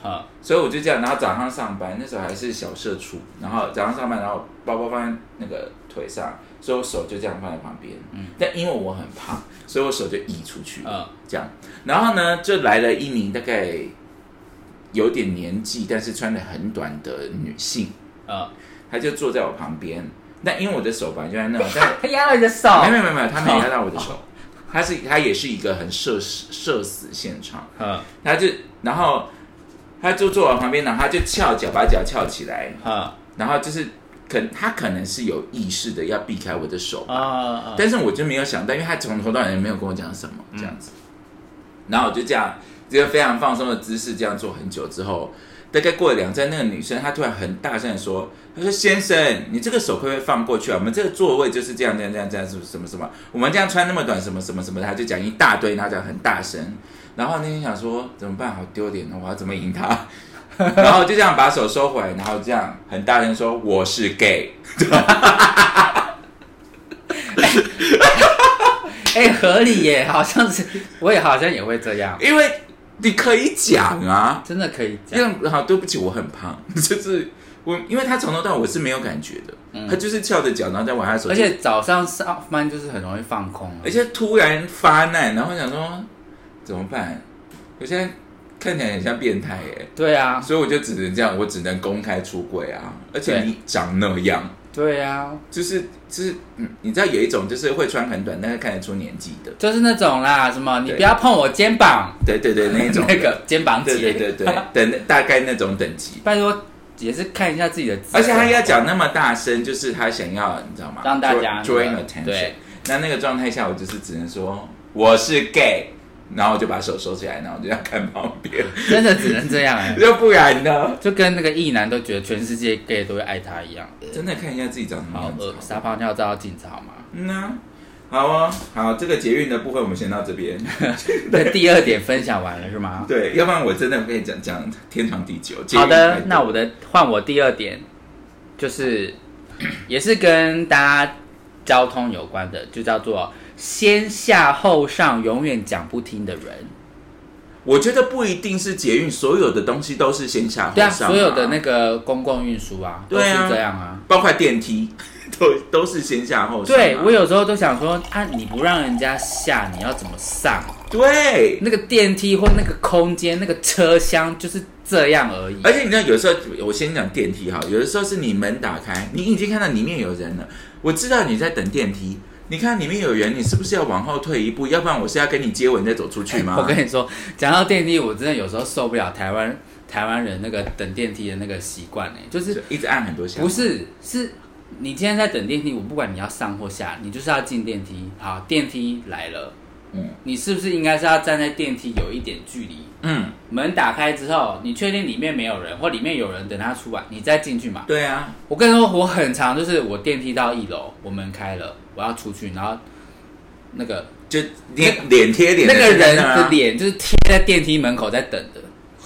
好，
所以我就这样，然后早上上班，那时候还是小社畜，然后早上上班，然后包包放在那个腿上，所以我手就这样放在旁边。
嗯
但因为我很胖，所以我手就移出去，
嗯
这样。然后呢，就来了一名大概有点年纪，但是穿的很短的女性，
呃，
她就坐在我旁边。那因为我的手本来就在那， 但
他压了哎你的手，
没有没有没有，她没有压到我的手，她是她也是一个很社死社死现场。
呵
他就然后他就坐我旁边，然后他就翘脚把脚翘起来，
呵啊
然后就是可他可能是有意识的要避开我的手，
啊，
但是我就没有想到，因为他从头到尾没有跟我讲什么这样子，然后我就这样这个非常放松的姿势这样做很久之后。大概过了两站，那个女生她突然很大声的说：“她说先生，你这个手可不可以放过去啊？我们这个座位就是这样这样这样这样，什么什么什么，我们这样穿那么短，什么什么什么。”她就讲一大堆，然后讲很大声。然后那天想说怎么办，好丢脸哦，我要怎么赢她？ 然后就这样把手收回来，然后这样很大声说：“我是 gay。”
哎、合理耶，好像是，我也好像也会这样，
因为你可以讲啊，
真的可以这
这
样，
样好，对不起，我很胖， 就是我，因为他从头到尾我是没有感觉的，他就是翘着脚，然后再往下手，
嗯而且早上上班就是很容易放空啊
而且突然发难，然后想说怎么办？我现在看起来很像变态耶，
对啊，
所以我就只能这样，我只能公开出柜啊！而且
对
你长那样，
对啊，
就是就是，嗯，你知道有一种就是会穿很短，但是看得出年纪的，
就是那种啦，什么你
对
不要碰我肩膀，
对对对，那一种
那个肩膀姐，
对对 对对，等大概那种等级。
拜托也是看一下自己的姿势，
而且他要讲那么大声，就是他想要，你知道吗？
让大家
draw- drawing
那个
attention
对。
那那个状态下，我就是只能说我是 gay，然后我就把手收起来，然后我就要看旁边，
真的只能这样哎、
要不然呢？
就跟那个异男都觉得全世界 gay 都会爱他一样，
真的看一下自己长什么
好
样子
恶，。撒泡尿照照镜子好吗？
嗯呐、好哦，好，这个捷运的部分我们先到这 边。
那第二点分享完了是吗？
对，要不然我真的会讲讲天长地久。捷运
好
太
的，
多
那我的换我第二点，就是 也是跟大家交通有关的，就叫做先下后上，永远讲不听的人。
我觉得不一定是捷运，所有的东西都是先下后
对
上、
啊，所有的那
个，
个公共运输啊，都
对啊
是这样啊。
包括电梯，都都是先下后上啊、
对我有时候都想说，啊，你不让人家下，你要怎么上？
对，
那个电梯或那个空间、那个车厢就是这样而已。
而且你知道，有时候我先讲电梯哈，有的时候是你门打开，你已经看到里面有人了，我知道你在等电梯，你看里面有人，你是不是要往后退一步？要不然我是要跟你接吻再走出去吗？
哎我跟你说，讲到电梯，我真的有时候受不了台湾台湾人那个等电梯的那个习惯呢，就是
就一直按很多下，
不是，是你今天在等电梯，我不管你要上或下，你就是要进电梯。好，电梯来了，
嗯
你是不是应该是要站在电梯有一点距离？
嗯，
门打开之后，你确定里面没有人，或里面有人等他出来，你再进去嘛。
对啊，
我跟你说，我很常就是我电梯到一楼，我门开了，我要出去，然后那个
就脸脸贴脸
那
的
个人
在
的
啊，
脸就是贴在电梯门口在等的。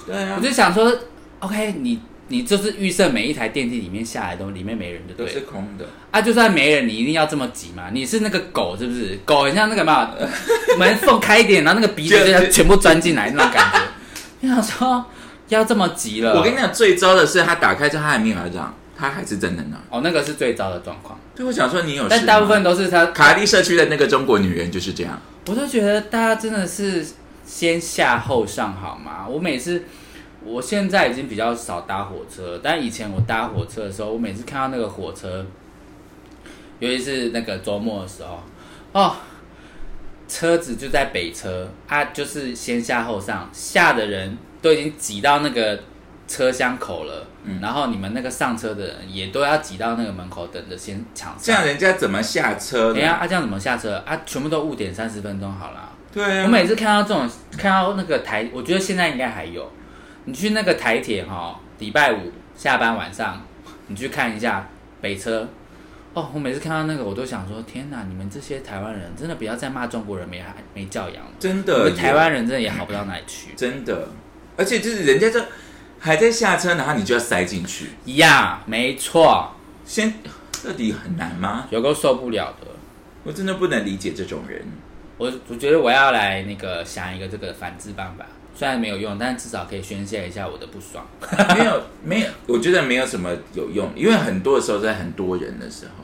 对啊
我，就想说，OK，你你就是预设每一台电梯里面下来都里面没人就对
都
了
是空的，
啊，就算没人，你一定要这么挤吗？你是那个狗是不是？狗很像那个嘛， 门缝开一点，然后那个鼻子就要全部钻进来那种感觉。你想说要这么急了？呃
我跟你讲，最糟的是他打开之后他还没有要让，他还是真的拿。
哦，那个是最糟的状况，
对我想说，你有事吗，
但大部分都是他，
卡利社区的那个中国女人就是这样，
我就觉得大家真的是先下后上好吗？我每次，我现在已经比较少搭火车了，但以前我搭火车的时候，我每次看到那个火车，尤其是那个周末的时候，哦，车子就在北车，啊，就是先下后上，下的人都已经挤到那个车厢口了，
嗯
然后你们那个上车的人也都要挤到那个门口等着先抢上。
这样人家怎么下车
等一下，
呢？
啊，这样怎么下车啊？全部都误点三十分钟好啦。
对
我
啊，
每次看到这种，看到那个台，我觉得现在应该还有。你去那个台铁哈、礼拜五下班晚上，你去看一下北车。哦，我每次看到那个，我都想说，天哪，你们这些台湾人真的不要再骂中国人没涵没教养了。
真
我
的
们台湾人真的也好不到哪里去
真的，而且就是人家就还在下车，然后你就要塞进去，
呀没错，
先到底很难吗？
有够受不了的。
我真的不能理解这种人。
我我觉得我要来那个想一个这个反制办法，虽然没有用，但至少可以宣泄一下我的不爽。
没有，没有，我觉得没有什么有用，因为很多的时候在很多人的时候，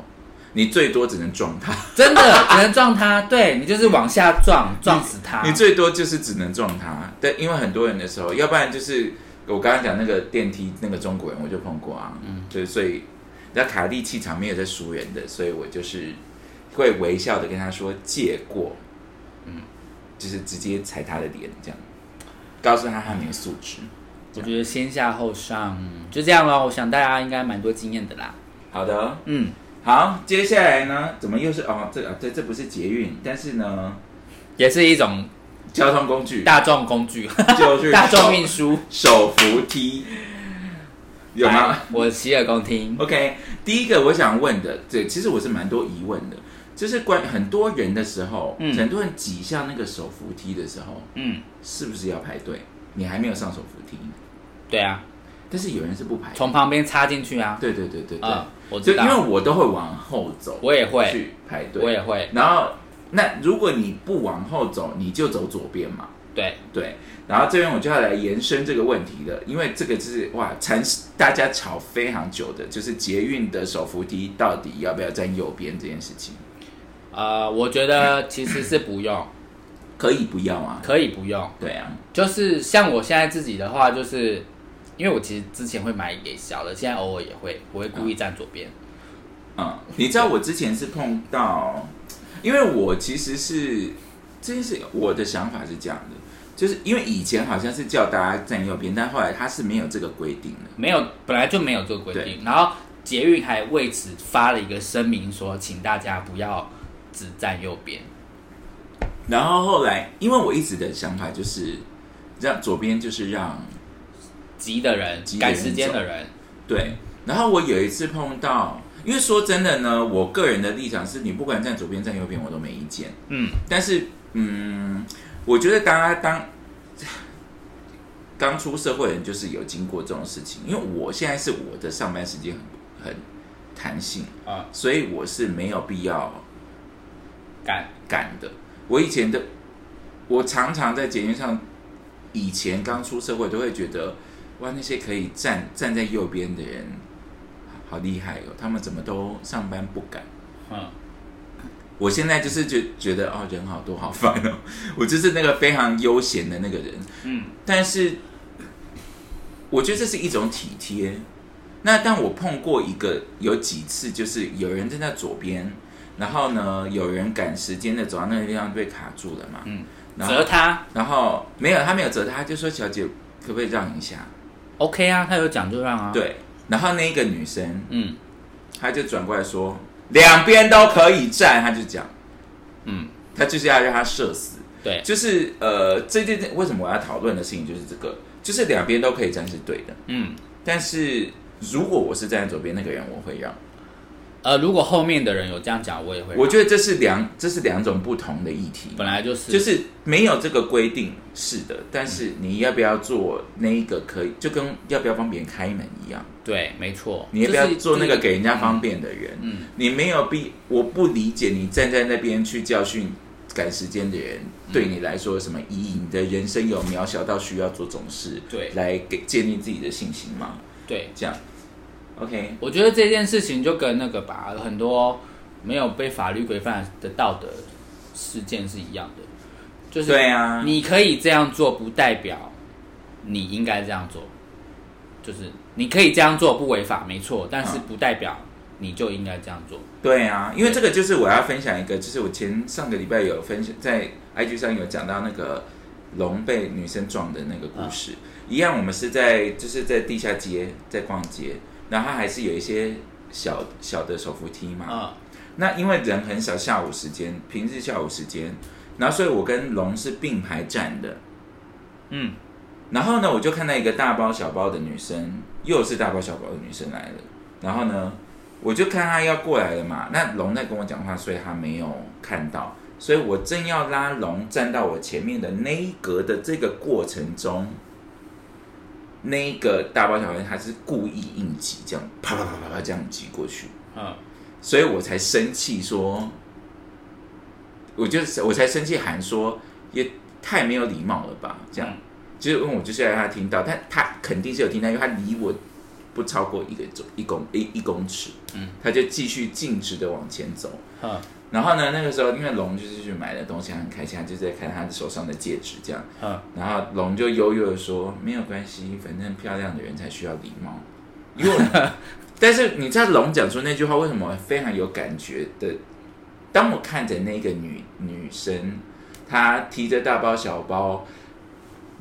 你最多只能撞他，
真的只能撞他，对你就是往下撞，撞死他。
你最多就是只能撞他。但因为很多人的时候，要不然就是我刚刚讲那个电梯那个中国人，我就碰过啊，嗯，对，所以那卡利气场没有在输人的，所以我就是会微笑的跟他说借过，嗯，就是直接踩他的脸这样，告诉他他没有素质。
我觉得先下后上就这样咯，我想大家应该蛮多经验的啦。
好的，
嗯，
好，接下来呢，怎么又是哦？这啊，对，这不是捷运，但是呢。
也是一种
交通工具，
大众 工具，
就是
大众运输。
手扶梯， 有吗哦
来？哎我洗耳恭听。
？OK，第一个我想问的，对，其实我是蛮多疑问的，就是关很多人的时候，
嗯
很多人挤下那个手扶梯的时候，
嗯，
是不是要排队？你还没有上手扶梯，
对啊，
但是有人是不排队，
从旁边插进去啊。
对对对对对，
啊，我
就
知
因为
道，
我都会往后走，
我也会，
去排队，
我也会，
然后那如果你不往后走，你就走左边嘛，
对，
对，然后这边我就要来延伸这个问题了，因为这个是哇，禅师大家吵非常久的，就是捷运的手扶梯到底要不要站右边这件事情，
呃，我觉得其实是 不用，
可以不要啊？
可以不用。
对啊，
就是像我现在自己的话，就是因为我其实之前会买给小的，现在偶尔也会，我会故意站左边。
嗯，你知道我之前是碰到，因为我其实是这件事，我的想法是这样的，就是因为以前好像是叫大家站右边，但后来他是没有这个规定的，
没有，本来就没有这个规定。然后捷运还为此发了一个声明说，请大家不要只站右边。
然后后来因为我一直的想法就是让左边就是让
急的人
急、的
赶
人
时间的人，
对，然后我有一次碰到，因为说真的呢，我个人的立场是你不管站左边站右边我都没意见，
嗯，
但是嗯，我觉得大家当 刚出社会的人就是有经过这种事情，因为我现在是我的上班时间很很弹性，
啊、
所以我是没有必要
赶
赶的。我以前的，我常常在捷运上，以前刚出社会都会觉得，哇，那些可以站站在右边的人，好厉害哦，他们怎么都上班不赶。
嗯，
我现在就是觉觉得哦，人好多好烦哦，我就是那个非常悠闲的那个人。
嗯，
但是我觉得这是一种体贴。那但我碰过一个有几次，就是有人站在左边，然后呢，有人赶时间的走到那个地方被卡住了嘛。
嗯，
然
责
后
他
然后没有他没有责他，他就说小姐可不可以让一下？
OK 啊，他有讲就让啊。，
对，然后那个女生
嗯
她就转过来说两边都可以站，她就讲
嗯，
她就是要让他射死。
对，
就是呃，这件为什么我要讨论的事情就是这个，就是两边都可以站是对的，
嗯
但是如果我是站在左边那个人，我会让，
呃，如果后面的人有这样讲，我也会让。
我觉得这是两这是两种不同的议题，
本来就是
就是没有这个规定是的，但是你要不要做那一个可以，就跟要不要帮别人开门一样，
对，没错。
你要不要
就是
做那个
就是
给人家方便的人？
嗯嗯
你没有必，我不理解你站在那边去教训赶时间的人，
嗯
对你来说有什么意义？你的人生有渺小到需要做这种事，
对
来给建立自己的信心吗？
对
这样， OK，
我觉得这件事情就跟那个吧，很多没有被法律规范的道德事件是一样的，就是
对啊，
你可以这样做，不代表你应该这样做，就是你可以这样做不违法，没错，但是
嗯
不代表你就应该这样做。
对啊，因为这个就是我要分享一个，就是我前上个礼拜有分享在 IG 上有讲到那个龙被女生撞的那个故事，啊一样我们是在就是在地下街在逛街，然后它还是有一些小小的手扶梯嘛，
嗯，
那因为人很少，下午时间，平日下午时间，然后所以我跟龙是并排站的。
嗯，
然后呢，我就看到一个大包小包的女生，又是大包小包的女生来了。然后呢，我就看她要过来了嘛。那龙在跟我讲话，所以她没有看到。所以我正要拉龙站到我前面的那一格的这个过程中，那一个大包小包她是故意硬挤，这样啪啪啪啪啪这样挤过去。
嗯，
所以我才生气说，我就是我才生气喊说，也太没有礼貌了吧？这样，就是因为我就是要让他听到，但他肯定是有听到，因为他离我不超过一个走一公一一公尺，
嗯，
他就继续径直的往前走。
嗯，
然后呢，那个时候因为龙就是去买了东西，他很开心，他就在看他手上的戒指这样。
嗯，
然后龙就悠悠的说：“没有关系，反正漂亮的人才需要礼貌。”因为我， 但是你知道龙讲出那句话为什么非常有感觉的？当我看着那个女女生，她提着大包小包，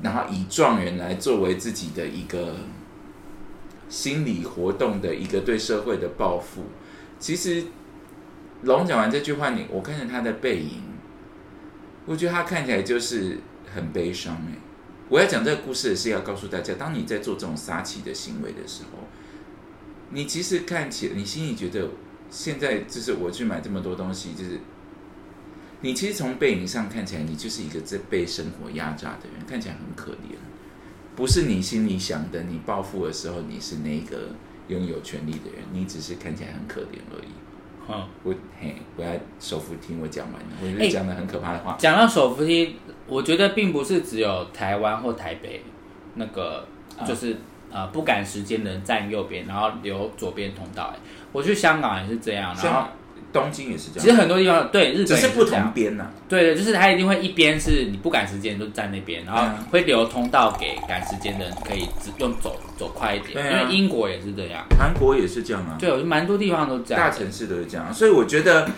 然后以状元来作为自己的一个心理活动的一个对社会的报复，其实龙讲完这句话，你我看着他的背影，我觉得他看起来就是很悲伤哎、我要讲这个故事是要告诉大家，当你在做这种撒气的行为的时候，你其实看起来，你心里觉得现在就是我去买这么多东西，就是你其实从背影上看起来，你就是一个在被生活压榨的人，看起来很可怜。不是你心里想的，你报复的时候，你是那个拥有权利的人，你只是看起来很可怜而已。
嗯。
我嘿，我要手扶听我讲完了，我就
哎
是讲的很可怕的话。
讲到手扶梯，我觉得并不是只有台湾或台北那个，就是、呃不赶时间的人站右边，然后留左边通道、欸。我去香港也是这样，然后
像东京也是这
其实
样，
很多地方对日本
只
也
是不
这样
同边呐、
对对，就是他一定会一边是你不赶时间就站那边，然后
嗯
会留通道给赶时间的人可以只用走走快一点，
对啊
因为英国也是这样。
韩国也是这样啊，
对，我啊觉得蛮多地方都这
大
样。
城市都是这样。啊所以我觉得，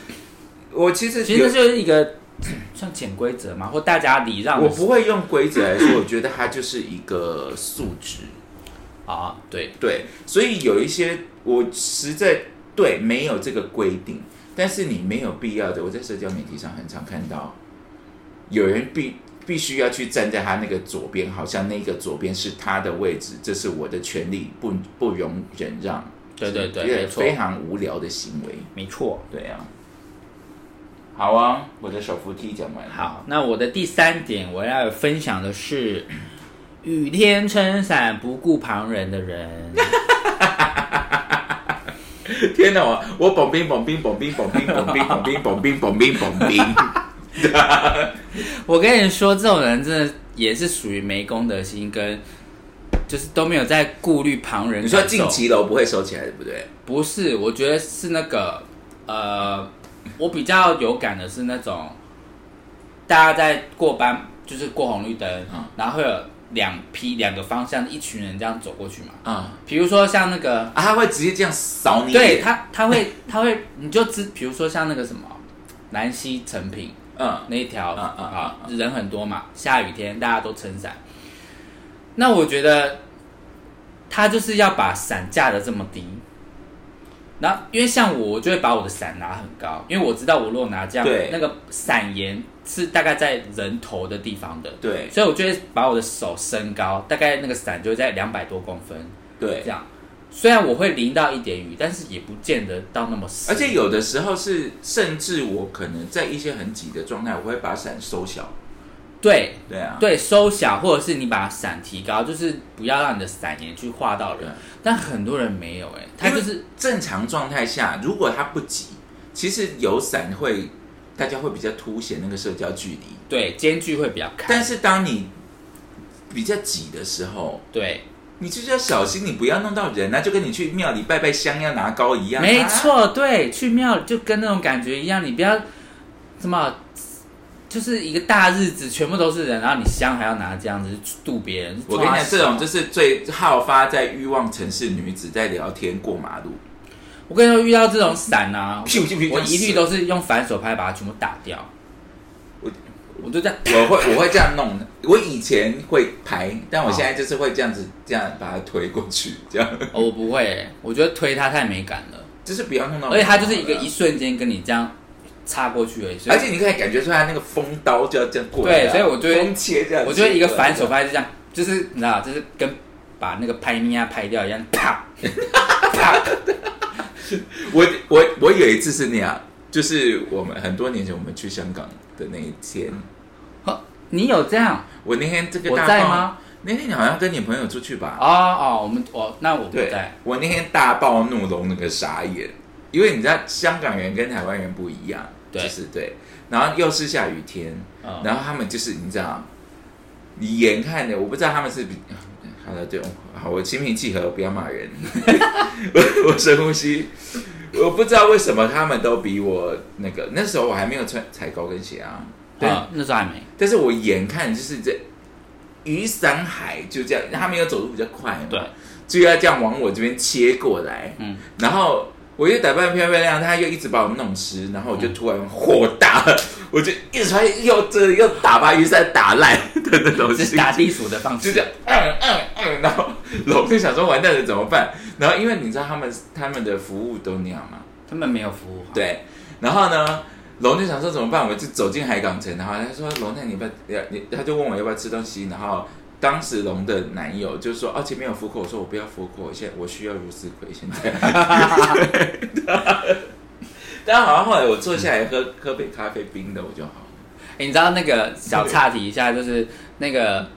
我其实
其实这
有
就是一个 像潜规则嘛，或大家礼让的
我
事
不会用规则来说，我觉得它就是一个素质。
啊，对，
对，所以有一些我实在对没有这个规定，但是你没有必要的，我在社交媒体上很常看到，有人必必须要去站在他那个左边，好像那个左边是他的位置，这是我的权利，不不容忍让。
对对对
也
没错
非常无聊的行为。
没错。
对啊，好啊，我的手扶梯讲完了。
好，那我的第三点我要分享的是， 雨天撑伞不顾旁人 的人。
天哪，我我蹦冰蹦冰蹦冰蹦冰蹦冰蹦冰蹦冰蹦冰蹦 冰。
我跟你说，这种人真的也是属于没公德心，跟就是都没有在顾虑旁人
你
感
说
受。
进骑楼不会收起来，对不对？
不是，我觉得是那个呃，我比较有感的是那种大家在过斑，就是过红绿灯，
嗯
然后会有两批两个方向，一群人这样走过去嘛。
啊、
比如说像那个
啊，他会直接这样扫你。
对，他，他会，他会，你就知，比如说像那个什么南溪成品
嗯，
那一条
啊啊
啊，人很多嘛，下雨天大家都撑伞。那我觉得他就是要把伞架的这么低，然后因为像我，我就会把我的伞拿很高，因为我知道我如果拿这样
对，
那个伞沿是大概在人头的地方的，
对
所以我就会把我的手升高，大概那个伞就会在两百多公分。
对
这，样。虽然我会淋到一点雨，但是也不见得到那么湿。
而且有的时候是，甚至我可能在一些很挤的状态，我会把伞收小。
对
对啊，
对，收小或者是你把伞提高，就是不要让你的伞沿去划到
对啊
人。但很多人没有哎、他
因为
就是
正常状态下，如果他不挤，其实有伞会，大家会比较凸显那个社交距离。
对间距会比较开。
但是当你比较挤的时候，
对
你就是要小心，你不要弄到人啊，就跟你去庙里拜拜香要拿膏一样、啊。
没，错，对，去庙就跟那种感觉一样，你不要什么，就是一个大日子，全部都是人，然后你香还要拿这样子去渡别人。
我跟你
抓
讲，
手
这种就是最好发在欲望城市女子在聊天过马路，
我跟你说，遇到这种伞啊，
屁股屁股屁股
我一律都是用反手拍把它全部打掉。
我
我就这样，
我会我会这样弄的。我以前会排，但我现在就是会这样子，
嗯
这样把它推过去，这样
哦我不会欸、我觉得推它太没感了，
就是不要弄到。
而且它就是一个一，瞬间跟你这样插过去而已，所以
而且你可以感觉出来那个风刀就要这样过来
对
啊，
所以我觉得
风切这样，
我觉得一个反手，拍是这样，就是你知道，就是跟把那个拍咪呀拍掉 一样，啪啪，
我我我有一次是那样，就是我们很多年前我们去香港的那一天，
呵哦你有这样？
我那天这个
我
大
在
爆
吗？
那天你好像跟你朋友出去吧？
哦哦，我们我那我不
对
在，，
我那天大暴怒龙那个傻眼，因为你知道香港人跟台湾人不一样，
对
就是对，然后又是下雨天，
嗯
然后他们就是你知道，你眼看着我不知道他们是比，好了，对，好，我心平气和，不要骂人， 我我深呼吸，我不知道为什么他们都比我那个，那时候我还没有穿踩高跟鞋啊，对，
啊那时候还没，
但是我眼看就是这雨伞海就这样，他们要走路比较快嘛，
对，
就要这样往我这边切过来，
嗯，
然后我又打扮漂漂亮，亮，他又一直把我弄湿，然后我就突然火大了， 我就一直穿又这又打把雨伞打烂的那 种
这
心
是
情，
打地鼠的方
就
式
这，样，嗯嗯嗯，然后龙就想说完蛋了怎么办？然后因为你知道他们他们的服务都那样嘛，
他们没有服务好，
对，然后呢，龙就想说怎么办？我就走进海港城，然后他说龙，那你要不要要你？他就问我要不要吃东西，然后当时龙的男友就说哦前面有福口，我说我不要福口，现在我需要如斯葵，现在。 但好像后来我坐下来喝喝杯咖啡冰的，我就好了。
欸你知道那个小岔题一下，就是那个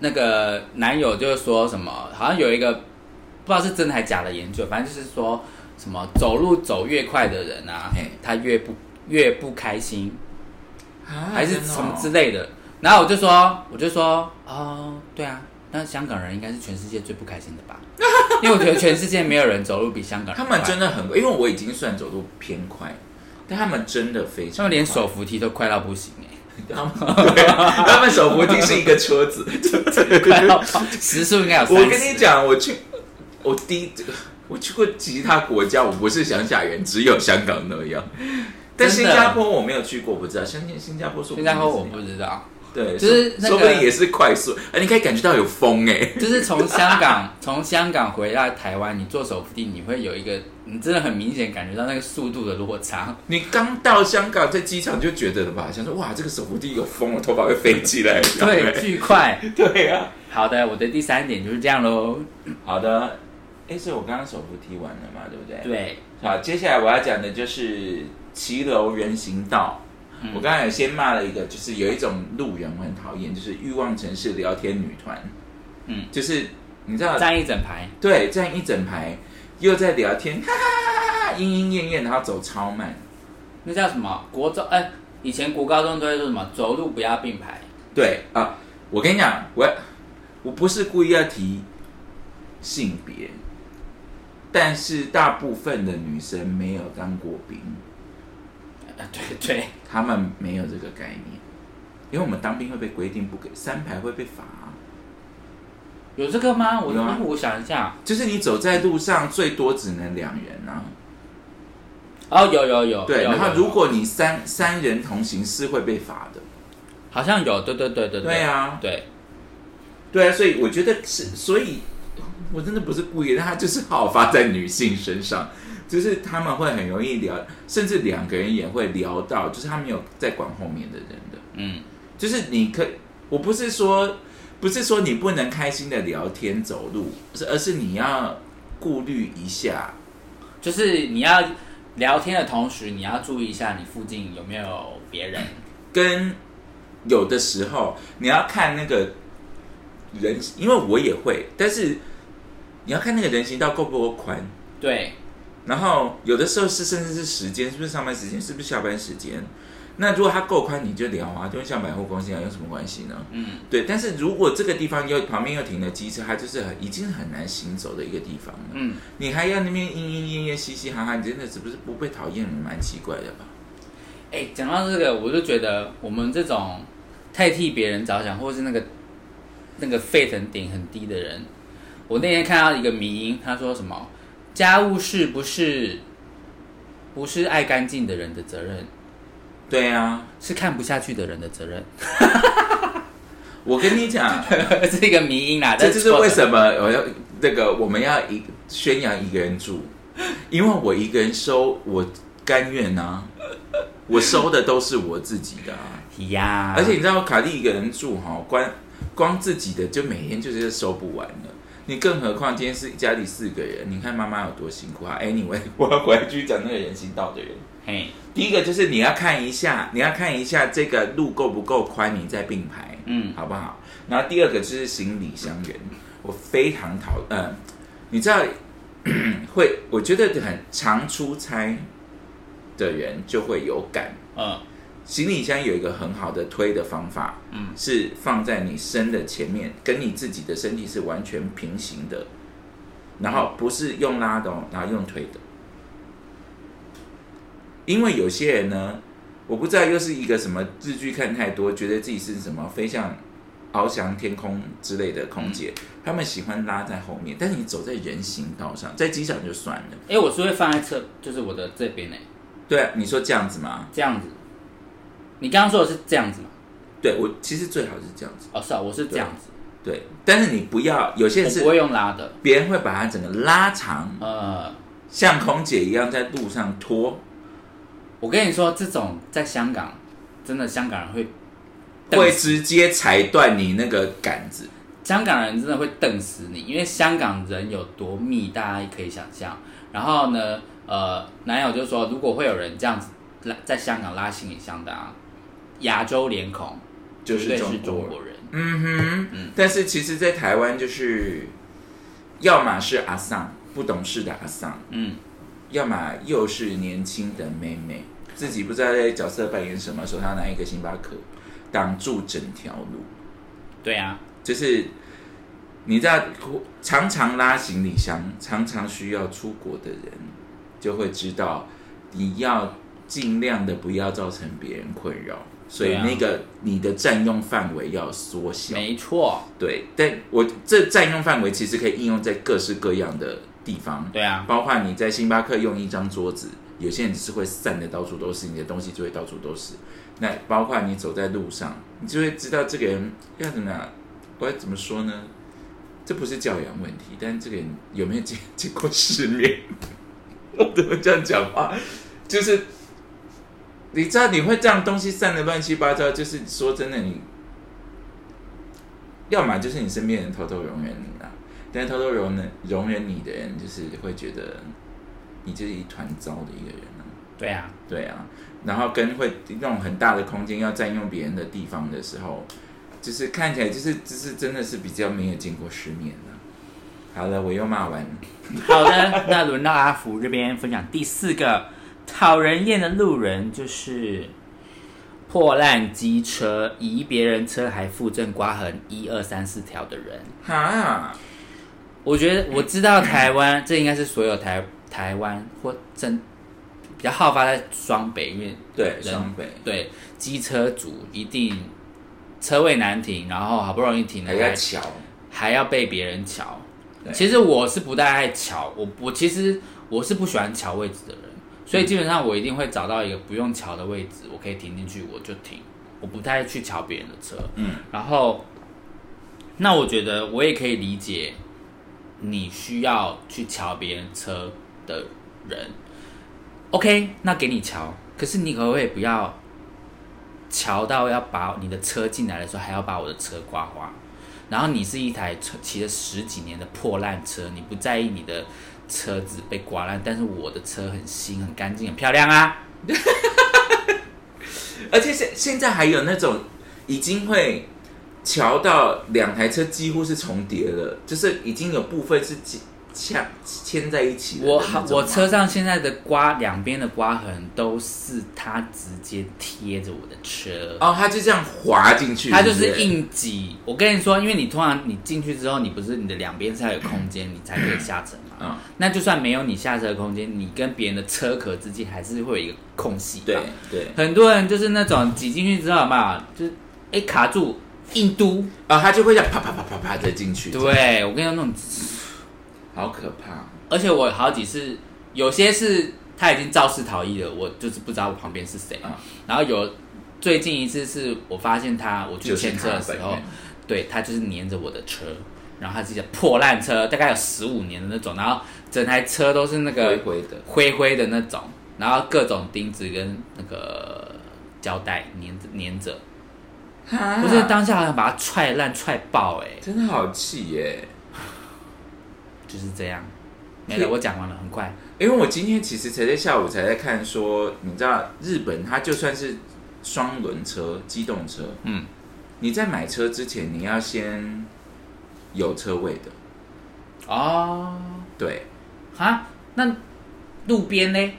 那个男友就是说什么，好像有一个不知道是真的还假的研究，反正就是说什么走路走越快的人啊
嘿，
他越不越不开心，
啊
还是
真的哦
什么之类的。然后我就说，我就说，哦，对啊，那香港人应该是全世界最不开心的 吧？因为我觉得全世界没有人走路比香港人
他
快，
们真的很，因为我已经算走路偏快，但他们真的非常快，
他们连手扶梯都快到不行哎、
他们对他们手扶梯是一个车子，
快到爆时速应该有三十。
我跟你讲，我去，我第一，我去过其他国家，我不是乡下人，只有香港那样。但
真
新
的
加坡我没有去过，不知道。新新加坡说不定
新加坡
也是
我
那
不
样
知道。
对，
就是
说
那个
说不定也是快速，哎，你可以感觉到有风哎。
就是从香港 从香港回到台湾，你坐手扶梯，你会有一个，你真的很明显感觉到那个速度的落差。
你刚到香港，在机场就觉得了吧？想说哇，这个手扶梯有风，我头发会飞起来。哎
对，巨快。
对啊。
好的，我的第三点就是这样喽。
好的，哎，所以我刚刚手扶梯完了嘛，对不对？
对，
好，啊接下来我要讲的就是骑楼人行道。我刚才有先骂了一个，就是有一种路人我很讨厌，就是欲望城市聊天女团。
嗯，
就是你知道，
站一整排，
对，站一整排又在聊天，哈哈哈哈哈，莺莺燕燕，然后走超慢。
那叫什么？国中哎、以前国高中都会说什么走路不要并排，
对啊，我跟你讲，我我不是故意要提性别，但是大部分的女生没有当过兵。
呃、对对，
他们没有这个概念，因为我们当兵会被规定不给三排会被罚、
有这个吗？我
有啊
我想一下，
就是你走在路上最多只能两人啊。
哦，有有有，
对，
有
然后
有
如果你三三人同行是会被罚的。
好像有，对对对对
对啊
对，
对啊，所以我觉得是，所以我真的不是故意的，他就是好发在女性身上，就是他们会很容易聊，甚至两个人也会聊到，就是他没有在管后面的人的。
嗯，
就是你可，我不是说不是说你不能开心的聊天走路，是而是你要顾虑一下，
就是你要聊天的同时，你要注意一下你附近有没有别人。
跟有的时候你要看那个人，因为我也会，但是你要看那个人行道够不够宽，
对，
然后有的时候是甚至是时间，是不是上班时间，是不是下班时间？那如果它够宽，你就聊啊，就会像百货公司一样，有什么关系呢？
嗯，
对。但是如果这个地方又旁边又停了机车，它就是很已经很难行走的一个地方了。
嗯，
你还要那边嘤嘤嘤嘤嘻嘻哈哈，你真的是不是不被讨厌，蛮奇怪的吧？
哎，讲到这个，我就觉得我们这种太替别人着想，或是那个那个沸腾点很低的人，我那天看到一个迷音，他说什么家务事不是不是爱干净的人的责任，
对啊，
是看不下去的人的责任，
我跟你讲，
是一个迷音啦。
这就是为
么
什么我要那个我们要一宣扬一个人住，因为我一个人收，我甘愿啊，我收的都是我自己的、啊。
呀？
而且你知道卡蒂一个人住哈，光光自己的就每天就是收不完了。你更何况今天是家里四个人，你看妈妈有多辛苦啊！Anyway，我要回去讲那个人行道的人。
嘿，
第一个就是你要看一下，你要看一下这个路够不够宽，你再并排，
嗯
好不好？然后第二个就是行李相远，我非常讨，呃，你知道 会，我觉得很常出差的人就会有感。
嗯
行李箱有一个很好的推的方法，
嗯
是放在你身的前面，跟你自己的身体是完全平行的，然后不是用拉的、哦，然后用推的。因为有些人呢，我不知道又是一个什么日剧看太多，觉得自己是什么飞向翱翔天空之类的空姐，他们喜欢拉在后面，但是你走在人行道上，在机场就算了。
哎，我是会放在侧，就是我的这边呢，
对、啊，你说这样子吗？
这样子。你刚刚说的是这样子吗？
对我其实最好是这样子，
哦，是啊，我是这样子，
对，但是你不要，有些人
我
是
不会用拉的。
别人会把它整个拉长，
呃，
像空姐一样在路上拖，
我跟你说，这种在香港，真的香港人会瞪
会
死
直接裁断你那个杆子。
香港人真的会瞪死你，因为香港人有多密，大家可以想象。然后呢，呃，男友就说，如果会有人这样子拉在香港拉行李箱的、啊，亚洲脸孔
就是
绝对
中
是中
国
国人。
嗯哼，但是其实，在台湾就是，要么是阿桑不懂事的阿桑，
嗯，
要么又是年轻的妹妹，自己不知道在角色扮演什么，手上拿一个星巴克，挡住整条路。
对啊，
就是你知道，常常拉行李箱，常常需要出国的人，就会知道你要尽量的不要造成别人困扰，所以
对啊
那个、你的占用范围要缩小。
没错，
对，但我这占用范围其实可以应用在各式各样的地方，
对啊，
包括你在星巴克用一张桌子，有些人是会散的到处都是，你的东西就会到处都是。那包括你走在路上，你就会知道这个人要怎么样，我要怎么说呢？这不是教养问题，但这个人有没有见 见过世面？ 我怎么这样讲话？就是你知道你会这样东西散的乱七八糟，就是说真的你，要么就是你身边人偷偷容忍你啦、啊但是偷偷容忍容忍你的人，就是会觉得你就是一团糟的一个人啊。
对啊，
对啊，然后跟会那种很大的空间要占用别人的地方的时候，就是看起来就是就是真的是比较没有见过世面了、好了，我又骂完了。
好的，那轮到阿福这边分享第四个讨人厌的路人，就是破烂机车、移别人车还附赠刮痕一二三四条的人。
哈，
我觉得我知道台湾，这应该是所有台台湾或真比较好发在双北，因为
对，
人
双北
对机车族一定车位难停，然后好不容易停了
还哎要巧，
还要被别人瞧
对。
其实我是不大爱瞧，我我其实我是不喜欢瞧位置的人，所以基本上我一定会找到一个不用瞧的位置，我可以停进去，我就停，我不太去瞧别人的车。
嗯，
然后，那我觉得我也可以理解你需要去瞧别人车的人。OK，那给你瞧，可是你可不可以不要瞧到要把你的车进来的时候，还要把我的车刮花？然后你是一台车骑了十几年的破烂车，你不在意你的车子被刮烂，但是我的车很新、很干净、很漂亮啊。
而且现现在还有那种已经会桥到两台车几乎是重叠了，就是已经有部分是几掐牵在一起的
我
那种吗
我车上现在的刮两边的刮痕都是它直接贴着我的车，
哦，它就这样滑进去，
它就是
对不对。
硬挤。我跟你说，因为你通常你进去之后，你不是你的两边是要有空间，你才可以下车嘛。
嗯
那就算没有你下车的空间，你跟别人的车壳之间还是会有一个空隙。
对。对，
很多人就是那种挤进去之后嘛，就是哎卡住硬 嘟，
啊、它就会这样啪啪啪啪啪的进去，，
对我跟你说那种，
好可怕。
而且我好几次有些是他已经肇事逃逸了，我就是不知道我旁边是谁，
嗯
然后有最近一次是我发现他我去牵车的时
就是他
候
本人，
对他就是黏着我的车。然后他是一辆破烂车，大概有十五年的那种，然后整台车都是那个
灰灰的
灰灰的那种，然后各种钉子跟那个胶带粘着粘着，
哈啊
我真的当下好想把它踹烂、踹爆、哎，
真的好气耶！
就是这样。没了，
嘿
我讲完了，很快。
因为我今天其实才在下午才在看说，你知道日本它就算是双轮车、机动车，
嗯，
你在买车之前你要先有车位的，
哦，
对。
哈，啊那路边呢？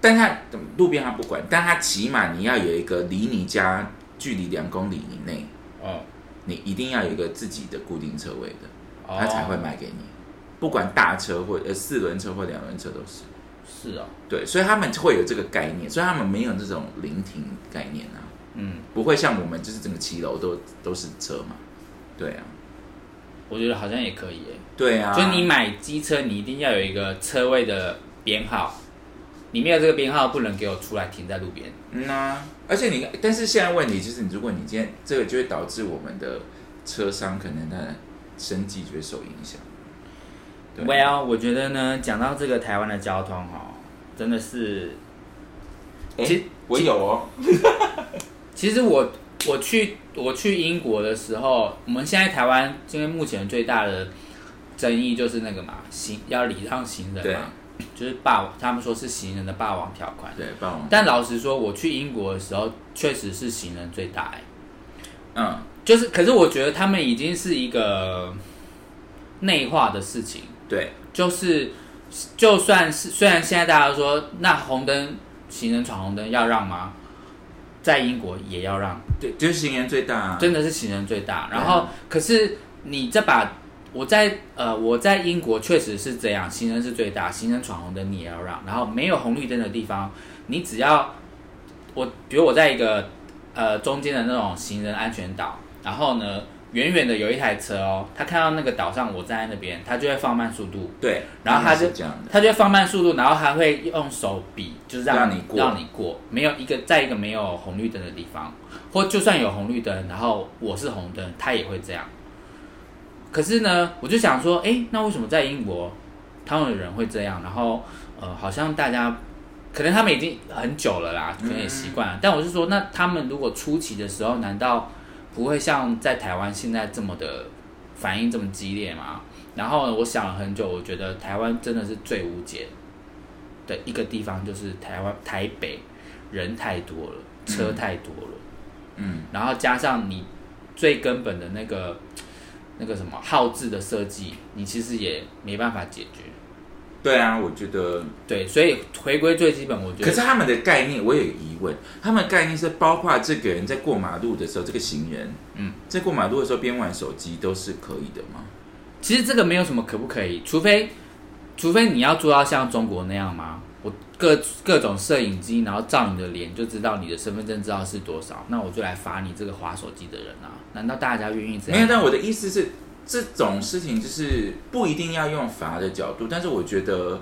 但它路边它不管，但它起码你要有一个离你家距离两公里以内，
哦，
你一定要有一个自己的固定车位的，
哦
它才会卖给你。不管大车或呃四轮车或两轮车都是，
是哦，
对，所以他们会有这个概念，所以他们没有这种临停概念啊。
嗯，
不会像我们就是整个骑楼都都是车嘛，对啊，
我觉得好像也可以、哎，
对啊，
就你买机车，你一定要有一个车位的编号，你没有这个编号，不能给我出来停在路边。
嗯呐、
啊
而且你但是现在问题就是，你如果你今天这个就会导致我们的车商可能他的生计就会受影响。对啊
Well，我觉得呢，讲到这个台湾的交通哦，真的是
诶
其
我有哦，
其实我我去我去英国的时候，我们现在台湾因为目前最大的争议就是那个嘛，行要礼让行人
对
嘛，就是霸王，他们说是行人的霸王条款。
对，帮我，
但老实说，我去英国的时候，确实是行人最大、欸，
嗯，
就是可是我觉得他们已经是一个内化的事情，
对，
就是就算是虽然现在大家说那红灯行人闯红灯要让吗？在英国也要让。
对，就是行人最大、啊，
真的是行人最大。
对啊
然后，可是你这把我在呃我在英国确实是这样，行人是最大，行人闯红灯你也要让，然后没有红绿灯的地方，你只要我比如我在一个呃中间的那种行人安全岛，然后呢远远的有一台车哦，他看到那个岛上我站在那边，他就会放慢速度，
对，
然后他就
们是这样的，
他就会放慢速度，然后还会用手比，就是让
让你过
让你过，没有一个在一个没有红绿灯的地方，或就算有红绿灯，然后我是红灯，他也会这样。可是呢，我就想说，诶，那为什么在英国他们的人会这样？然后呃，好像大家可能他们已经很久了啦，可能也习
嗯
惯了。但我是说，那他们如果初期的时候，难道不会像在台湾现在这么的反应这么激烈吗？然后呢，我想了很久，我觉得台湾真的是最无解的一个地方，就是台湾台北人太多了，车太多了，
嗯，
然后加上你最根本的那个那个什么耗资的设计，你其实也没办法解决。
对啊，我觉得，
对，所以回归最基本，我觉
可是
得
他们的概念我有疑问，他们的概念是包括这个人在过马路的时候，这个行人，
嗯，
在过马路的时候边玩手机都是可以的吗？
其实这个没有什么可不可以，除非除非你要做到像中国那样吗？我各各种摄影机，然后照你的脸就知道你的身份证知道是多少，那我就来罚你这个划手机的人啊！难道大家愿意这
没
样？
有，但我的意思是，这种事情就是不一定要用罚的角度，但是我觉得，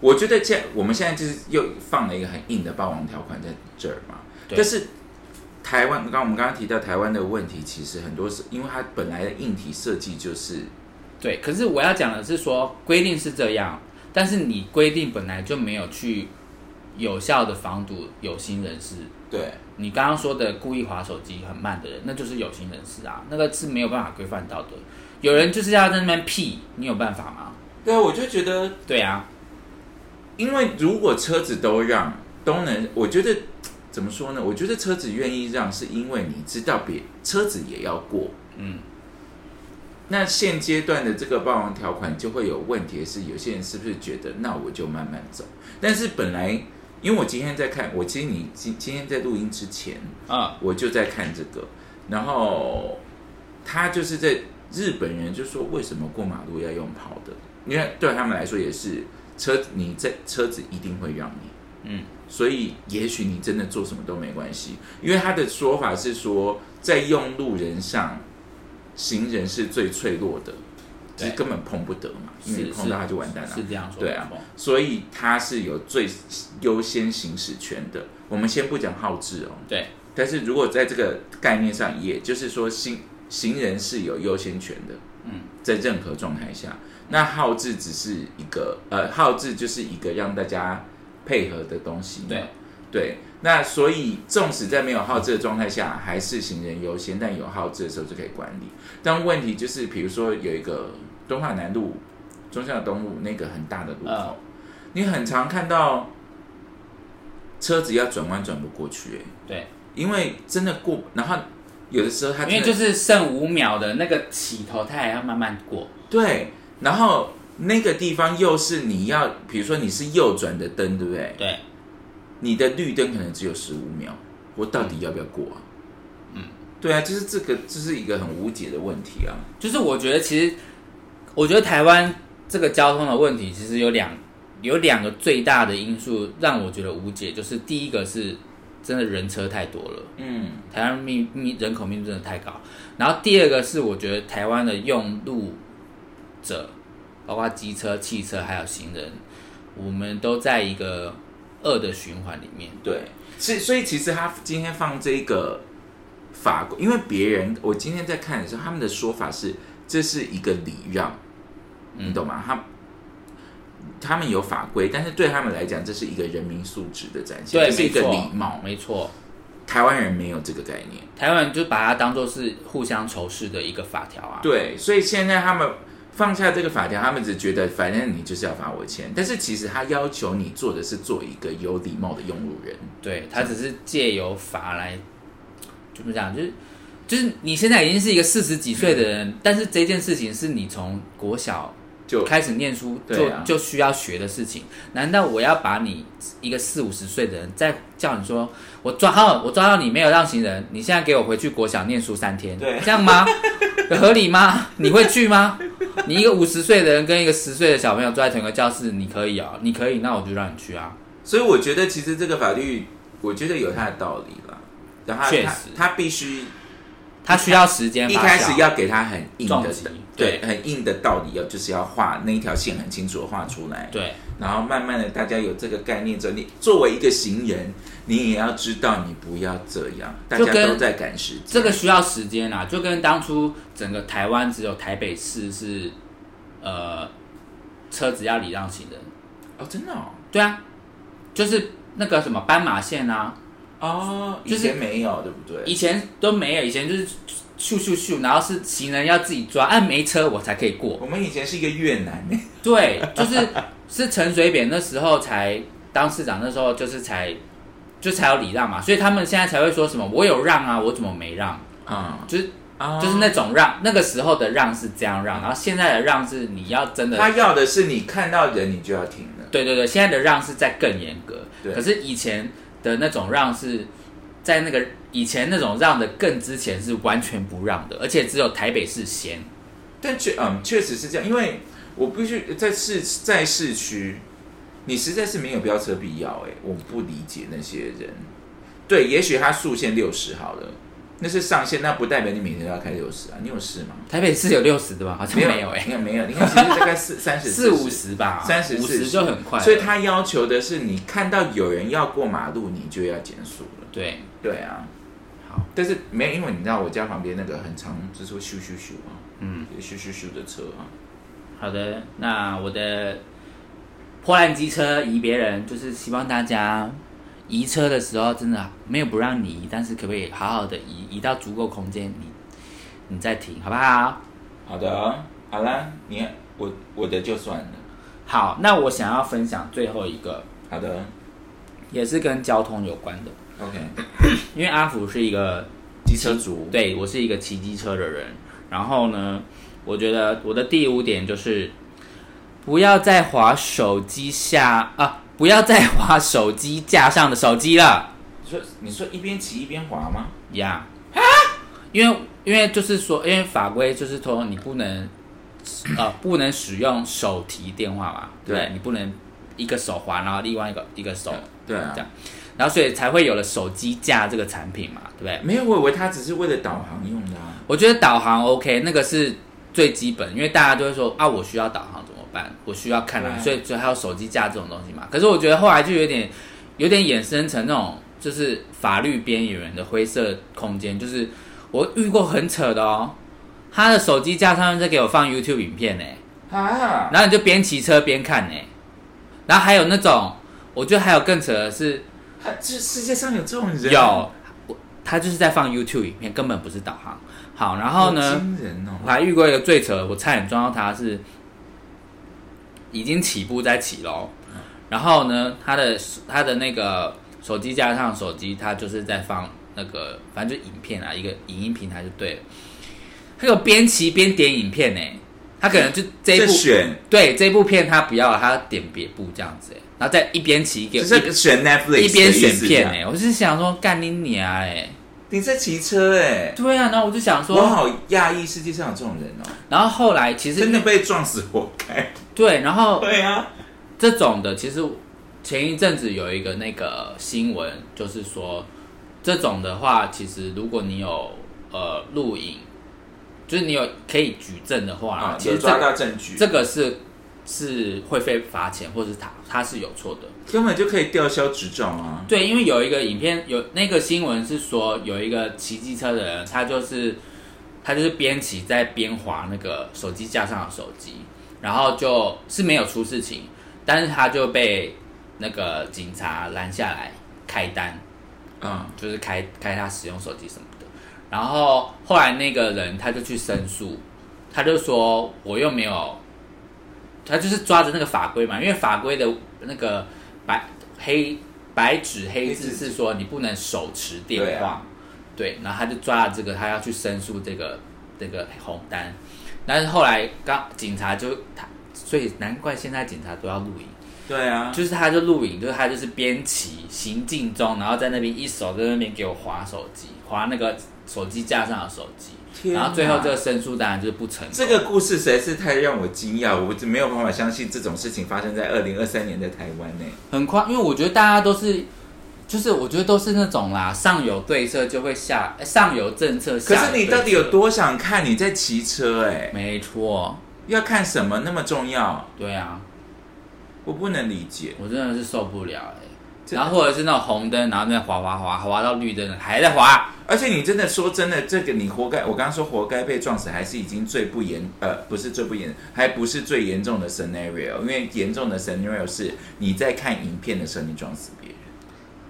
我觉得现我们现在就是又放了一个很硬的霸王条款在这儿嘛，
对
但是。台湾，刚刚我们刚刚提到台湾的问题，其实很多是因为它本来的硬体设计就是
对，可是我要讲的是说，规定是这样，但是你规定本来就没有去有效的防堵有心人士。
对
你刚刚说的故意划手机很慢的人，那就是有心人士啊， 那个是没有办法规范到的。有人就是要在那边屁，你有办法吗？
对啊，我就觉得
对啊，
因为如果车子都让都能，我觉得怎么说呢？我觉得车子愿意让，是因为你知道别车子也要过，
嗯，
那现阶段的这个霸王条款就会有问题，是有些人是不是觉得那我就慢慢走？但是本来因为我今天在看，我其实你今今天在录音之前，
啊，
我就在看这个，然后他就是在日本人就说为什么过马路要用跑的？因为对他们来说也是车，你在车子一定会让你，
嗯，
所以也许你真的做什么都没关系，因为他的说法是说在用路人上，行人是最脆弱的，就是
对
根本碰不得嘛，因为你
是
碰到他就完蛋了，
是这样说，
对啊，所以他是有最优先行驶权的。我们先不讲好志哦，
对，
但是如果在这个概念上，也就是说行行人是有优先权的，
嗯，
在任何状态下，那好志只是一个呃，好志就是一个让大家配合的东西嘛，
对
对。那所以，纵使在没有好志的状态下，还是行人优先；但有好志的时候就可以管理。但问题就是，比如说有一个东华南路、中孝东路那个很大的路口，
嗯
你很常看到车子要转弯转不过去、欸
对，
因为真的过，然后有的时候他
因
真
为
的
就是剩五秒的那个起头，它也要慢慢过，
对，然后那个地方又是你要，比如说你是右转的灯，对不对？
对，
你的绿灯可能只有十五秒，我到底要不要过啊？
嗯，
对啊，就是这个，这、是一个很无解的问题啊。
就是我觉得其实，呃我觉得台湾这个交通的问题其实有两呃有两个最大的因素让我觉得无解，就是第一个是呃真的人车太多了，
嗯
台湾密密人口密度真的太高，然后第二个是我觉得台湾的用路者，包括机车、汽车还有行人，我们都在一个恶的循环里面，
对，所以所以其实他今天放这个法规，因为别人我今天在看的时候，他们的说法是这是一个礼让，你懂吗？他他们有法规，但是对他们来讲，这是一个人民素质的展现，
对，
这是一个
没错
礼貌。
没错。
台湾人没有这个概念，
台湾人就把它当做是互相仇视的一个法条啊，
对，所以现在他们放下这个法条，他们只觉得反正你就是要罚我钱，但是其实他要求你做的是做一个有礼貌的用路人。
对，他只是借由法来，怎么讲？就是就是你现在已经是一个四十几岁的人，
嗯
但是这件事情是你从国小
就
开始念书就、
对啊
就需要学的事情。难道我要把你一个四五十岁的人再叫你说，我抓到我抓到你没有让行人，你现在给我回去国小念书三天，
对
这样吗？有合理吗？你会去吗？你一个五十岁的人跟一个十岁的小朋友坐在同一个教室，你可以哦，你可以，那我就让你去啊。
所以我觉得其实这个法律，我觉得有它的道理啦。然后它
确实
它它必须
他需要时间
一
发酵，
开始要给他很硬的
撞击，
对，
对
很硬的道理要就是要画那一条线很清楚的画出来。
对。
然后慢慢的大家有这个概念之后，你作为一个行人，你也要知道你不要这样，大
就
家
跟
都在赶时间。
这个需要时间啦，就跟当初整个台湾只有台北市是，呃，车子要礼让行人，
哦，真的哦，
对啊，就是那个什么斑马线啊，
哦，以
就是
前没有，对不对？
以前都没有，以前就是咻咻咻，然后是行人要自己抓，按、没车我才可以过，
我们以前是一个越南呢，
对，就是是陈水扁那时候才当市长，那时候就是才就才有礼让嘛，所以他们现在才会说什么我有让啊，我怎么没让，
啊
就是
啊
就是那种让，那个时候的让是这样让，然后现在的让是你要真的，
他要的是你看到人你就要停了，
对对对，现在的让是在更严格
对，
可是以前的那种让是在那个以前那种让的更之前是完全不让的，而且只有台北市先，
但确嗯确实是这样，因为我必须在市在市区，你实在是没有飙车必要哎，我不理解那些人。对，也许他速限六十好了，那是上限，那不代表你每天都要开六十啊，你有事吗？
台北市有六十的吧？好像没有哎、
你看没有，你看其实大概 四三十
四五十吧，
三十
五
四
十就很快了，
所以他要求的是你看到有人要过马路，你就要减速了。
对
对啊，
好，
但是没有，因为你知道我家旁边那个很长，就是会咻咻咻啊，
嗯，
咻咻咻的车啊，
好的，那我的破烂机车移别人，就是希望大家移车的时候真的没有不让你移，但是可不可以好好的移移到足够空间，你你再停好不好？
好的，啊好啦，你我我的就算了，
好，那我想要分享最后一个，
好的
也是跟交通有关的，
，OK，
因为阿福是一个
机车族，
对我是一个骑机车的人，然后呢，我觉得我的第五点就是，不要再滑手机下啊，不要再滑手机架上的手机了
你说你说一边骑一边滑吗？
呀、因为因为就是说，因为法规就是说你不能呃不能使用手提电话嘛，对不对
对
你不能一个手滑，然后另外一个一个手
对啊
这，样，然后所以才会有了手机架这个产品嘛，对不对？
没有，我以为它只是为了导航用的、啊。
我觉得导航 OK，那个是最基本，因为大家都会说啊，我需要导航怎么办？我需要看啊，
对
所以所以还有手机架这种东西嘛。可是我觉得后来就有点有点衍生成那种就是法律边缘的灰色空间，就是我遇过很扯的哦，他的手机架上面在给我放 YouTube 影片呢、
啊，
然后你就边骑车边看呢、然后还有那种，我觉得还有更扯的是，
它这世界上有这种人，
有，我他就是在放 YouTube 影片，根本不是导航。好，然后呢？
好惊人哦
我，还遇过一个最扯的，我差点撞到他是已经起步在起喽，然后呢，他的他的那个手机架上的手机，他就是在放那个反正就影片啊，一个影音平台就对了。他有边骑边点影片呢、他可能就这一
在
部
选，
对这一部片他不要了，他点别部这样子、欸，然后再一边骑一个
就
一
是选 Netflix，
一边
的
选
意思啊
片
这
哎、
样
我是想说干你娘哎、
你在骑车哎、
对啊，然后我就想
我
说，
好讶异世界上有这种人哦，
然后后来其实
真的被撞死活该。
对，然后
对啊，
这种的，其实前一阵子有一个那个新闻，就是说这种的话，其实如果你有呃录影，就是你有可以举证的话，
啊，
其
有
实这
抓
个
到证据，
这个是是会被罚钱，或者是他他是有错的。
根本就可以吊销执照啊。
对，因为有一个影片，有那个新闻是说有一个骑机车的人，他就是他就是边骑在边滑那个手机架上的手机，然后就是没有出事情，但是他就被那个警察拦下来开单，
啊，
就是开开他使用手机什么的。然后后来那个人他就去申诉，他就说我又没有，他就是抓着那个法规嘛，因为法规的那个白黑白纸黑字
黑字
是说你不能手持电
对
话，
啊
对，然后他就抓了这个，他要去申诉这个这个红单，但是后来刚警察就他，所以难怪现在警察都要录影。
对啊，
就是他就录影，就是他就是边骑行进中，然后在那边一手在那边给我划手机，划那个手机架上的手机，
天啊哪
然后最后这个申诉当然就是不成功。
这个故事实在是太让我惊讶，我没有办法相信这种事情发生在二零二三年的台湾呢、
很快，因为我觉得大家都是，就是我觉得都是那种啦，上有对策就会下，呃上有政策下
可
有对策。
是你到底有多想看你在骑车、哎，
没错，
要看什么那么重要？
对啊，
我不能理解。
我真的是受不了哎、
这
然后或者是那种红灯，然后在滑滑滑滑到绿灯，还在滑，
而且你真的说真的，这个你活该。我刚刚说活该被撞死，还是已经最不严呃，不是最不严，还不是最严重的 scenario。因为严重的 scenario 是你在看影片的时候你撞死别人。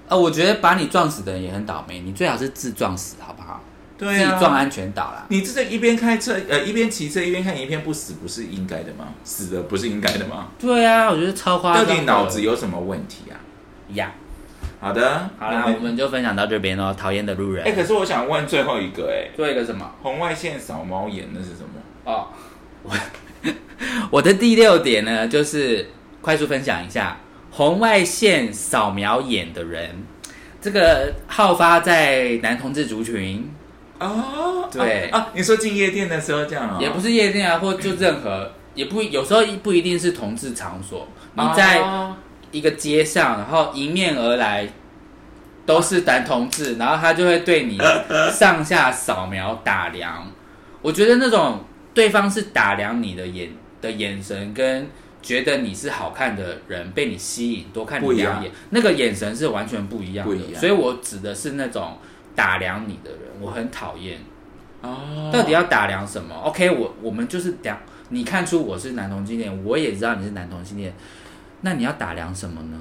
呃，我觉得把你撞死的人也很倒霉，你最好是自撞死好不好？
对
自己撞
啊，
安全岛啦。
你这个一边开车呃一边骑车一边看影片不死不是应该的吗？死了不是应该的吗？
对啊，我觉得超夸
到
张的。
底脑子有什么问题啊？
呀？
好的，
好啦，
那
我们就分享到这边喽。讨厌的路人，
哎、可是我想问最后一个、哎，
做一个什么？
红外线扫猫眼那是什么？
哦， 我我的第六点呢，就是快速分享一下红外线扫描眼的人，这个好发在男同志族群，
哦，
对
啊，啊你说进夜店的时候这样、哦，
也不是夜店啊，或就任何，也不有时候不一定是同志场所，你
哦
在一个街上，然后迎面而来都是男同志，然后他就会对你上下扫描打量。我觉得那种对方是打量你的眼的眼神，跟觉得你是好看的人被你吸引，多看你
不一样
两眼，那个眼神是完全不一样的。
不一样
所以我指的是那种打量你的人，我很讨厌。
哦，
到底要打量什么？OK，我我们就是量，你看出我是男同性恋，我也知道你是男同性恋，那你要打量什么呢？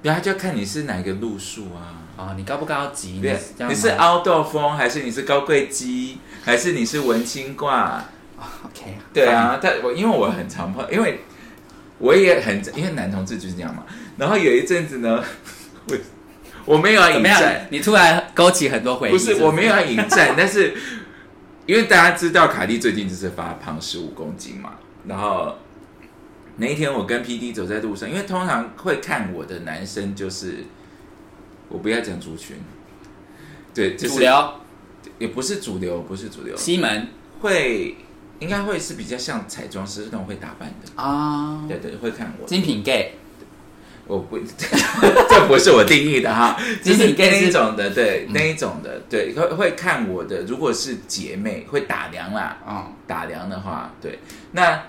然后就要看你是哪一个路数啊。
啊，你高不高级？你
对
是这，样
你是
吗
凹豆风，还是你是高贵鸡，还是你是文青挂？
OK，
对，啊，但我因为我很常碰，因为我也很因为男同志就是这样嘛。然后有一阵子呢， 我我没有要
怎
引
么样
战，？
你突然勾起很多回忆，
不是
不
我没有要引战，但是因为大家知道卡蒂最近就是发胖十五公斤嘛，然后那一天我跟 P D 走在路上，因为通常会看我的男生就是我不要讲族群，对，就是
主流
也不是主流，不是主流，
西门
会应该会是比较像彩妆师那种会打扮的，
啊，
对对，会看我，
精品 gay，
我不， 这不是我定义的 哈，就
就是是
那一种的，对，那一种的，对，会会看我的，如果是姐妹会打量啦，
嗯，
打量的话，对，那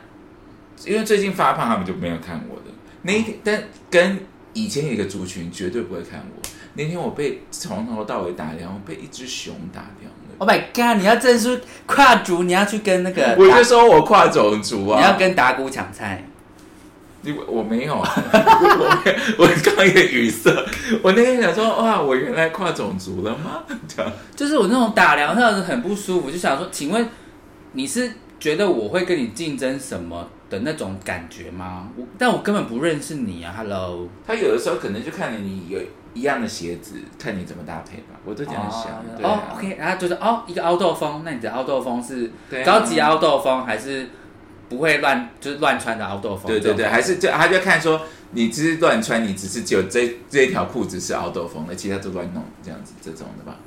因为最近发胖，他们就没有看我的那一天，但跟以前有一个族群绝对不会看我。那天我被从头到尾打量，我被一只熊打量了。
Oh my god！你要证书跨足，你要去跟那个
哦我
达
就说我跨种族啊！
你要跟打鼓抢菜，
你我没有， 我没有我刚刚也语塞。我那天想说，哇，我原来跨种族了吗？ 这样
就是我那种打量让人很不舒服，就想说，请问你是觉得我会跟你竞争什么的那种感觉吗？我但我根本不认识你啊，Hello。
他有的时候可能就看着你有一样的鞋子，看你怎么搭配吧。我都这样想。
哦
对啊、
哦，OK，然后就是哦，一个凹豆风，那你的凹豆风是
对啊
高级凹豆风还是不会乱就是乱穿的凹豆风？
对对对，
这种
还是就他就看说你只是乱穿，你只是只有这这条裤子是奥斗风的，其他都乱弄这样子这种的吧。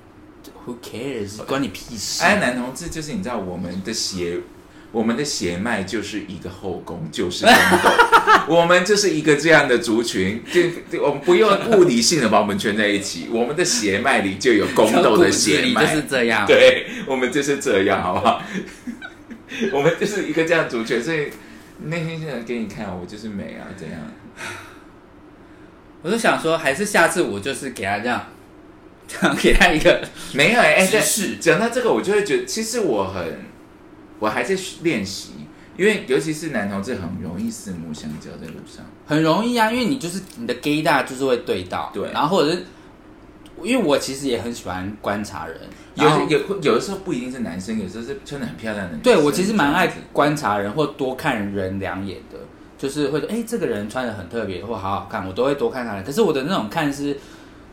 ，Who cares？关你屁事！
哎，男同志就是你知道我们的血，我们的血脉就是一个后宫，就是宫斗， 我们就是一个这样的族群，就就我们不用物理性的把我们圈在一起，我们的血脉里就有宫
从
斗
骨
的
子
血
里
脉，
就是这样。
对，我们就是这样，好不好？ 我们就是一个这样的族群，所以那天现在给你看，我就是美啊，怎样？
我就想说，还是下次我就是给他这样，这样给他一个
没有哎、
直
但
视
讲到这个，我就会觉得，其实我很，我还在练习，因为尤其是男同志很容易四目相交在路上。
很容易啊，因为你就是你的 gay 大就是会对到，
对
然后或者是因为我其实也很喜欢观察人，
有
然后
的有有的时候不一定是男生，有时候是穿的很漂亮的女生。
对我其实蛮爱
这样子
观察人或多看人两眼的，就是会说，哎、这个人穿的很特别或好好看，我都会多看他人。可是我的那种看是，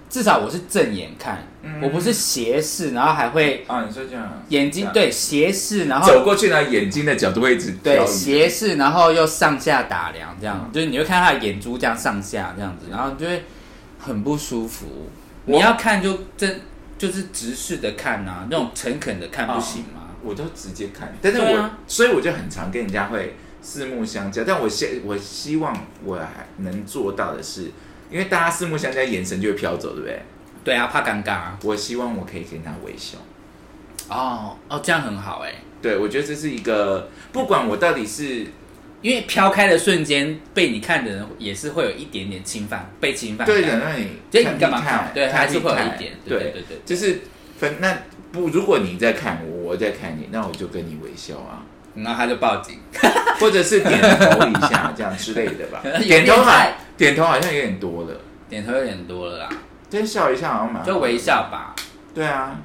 至少我是正眼看，
嗯
我不是斜视，然后还会
啊，你说这样，
眼睛
这样
对斜视，然后
走过去呢，眼睛的角度会一直
对
飘移
斜视，然后又上下打量，这
嗯
样、就是你会看他的眼珠这样上下这样子，然后你就会很不舒服。
我
你要看就真就是直视的看啊，那种诚恳的看不行吗？
我都直接看，但是
对
我、
啊
所以我就很常跟人家会四目相交，但我希我希望我还能做到的是，因为大家四目相交，眼神就会飘走，对不对？
对啊，怕尴尬啊。
我希望我可以跟他微笑。
哦哦，这样很好哎、
对，我觉得这是一个，不管我到底是
因为飘开的瞬间，被你看的人也是会有一点点侵犯，被侵犯。
对的，，那你
所以
看
你干嘛
看
看？对，
看
还是会有
看
一点。对
对
对对对，
就是分那不，如果你在看我，我在看你，那我就跟你微笑啊，
然后他就报警。
或者是点头一下这样之类的吧
有。
点
点
头好
太，
点头好像有点多了，
点头有点多了啦，
但笑一下好像蛮好
就微笑吧，
对啊，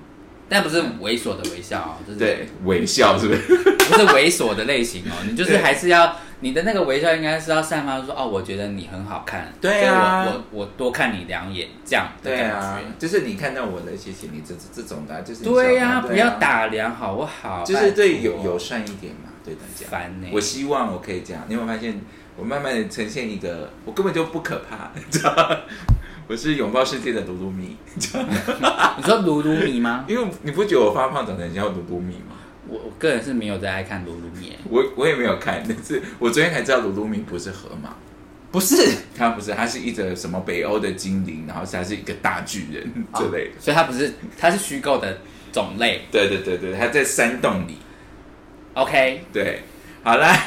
但不是猥琐的微笑哦，就是
对微笑是不 是？
不是猥琐的类型哦，你就是
对
还是要你的那个微笑应该是要散发出哦，我觉得你很好看，
对啊
所以我我我多看你两眼这样的
对
感
啊就
觉，，
是你看到我的，谢谢你这这这种的啊，就是你
对
笑
呀、
嘛
不要，打量好不好？
就是对
拜
友
托
友善一点嘛，对大家。
烦呢、欸
我希望我可以这样，你有没有发现我慢慢的呈现一个，我根本就不可怕， 你知道吗？我是拥抱世界的鲁鲁米，
你说鲁鲁米吗？
因为你不觉得我发胖长得很像鲁鲁米吗？
我我个人是没有在爱看鲁鲁米欸，
我我也没有看，但是我昨天才知道鲁鲁米不是河马，
不是
它不是，它是一个什么北欧的精灵，然后它是一个大巨人之类的。
所以它不是它是虚构的种类。
对对对对，它在山洞里。
OK，
对，好啦，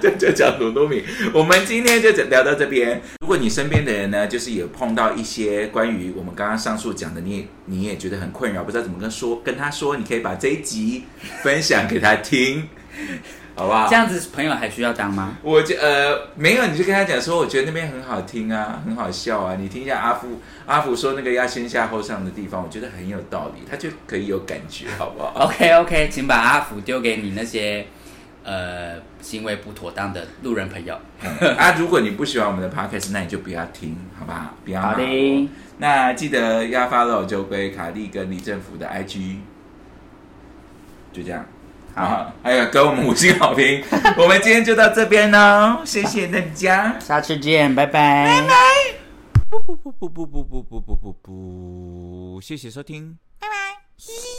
这就讲鲁鲁米。我们今天就聊到这边。如果你身边的人呢，就是有碰到一些关于我们刚刚上述讲的，你也你也觉得很困扰，不知道怎么跟说跟他说，你可以把这一集分享给他听，好不好
这？样子朋友还需要当吗？
我就呃没有，你就跟他讲说，我觉得那边很好听啊，很好笑啊。你听一下阿福阿福说那个要先下后上的地方，我觉得很有道理，他就可以有感觉，好不好？
OK OK，请把阿福丢给你那些呃行为不妥当的路人朋友。
啊，如果你不喜欢我们的 podcast，那你就不要听，好不好？不要骂
好
我
的，
那记得要 follow 酒鬼卡利跟李政府的 IG。就这样。好，哎呀，给我们五星好评。我们今天就到这边喽，谢谢大家。
下次见，拜拜。
不不不不不不不不不不不，谢谢收听，拜拜。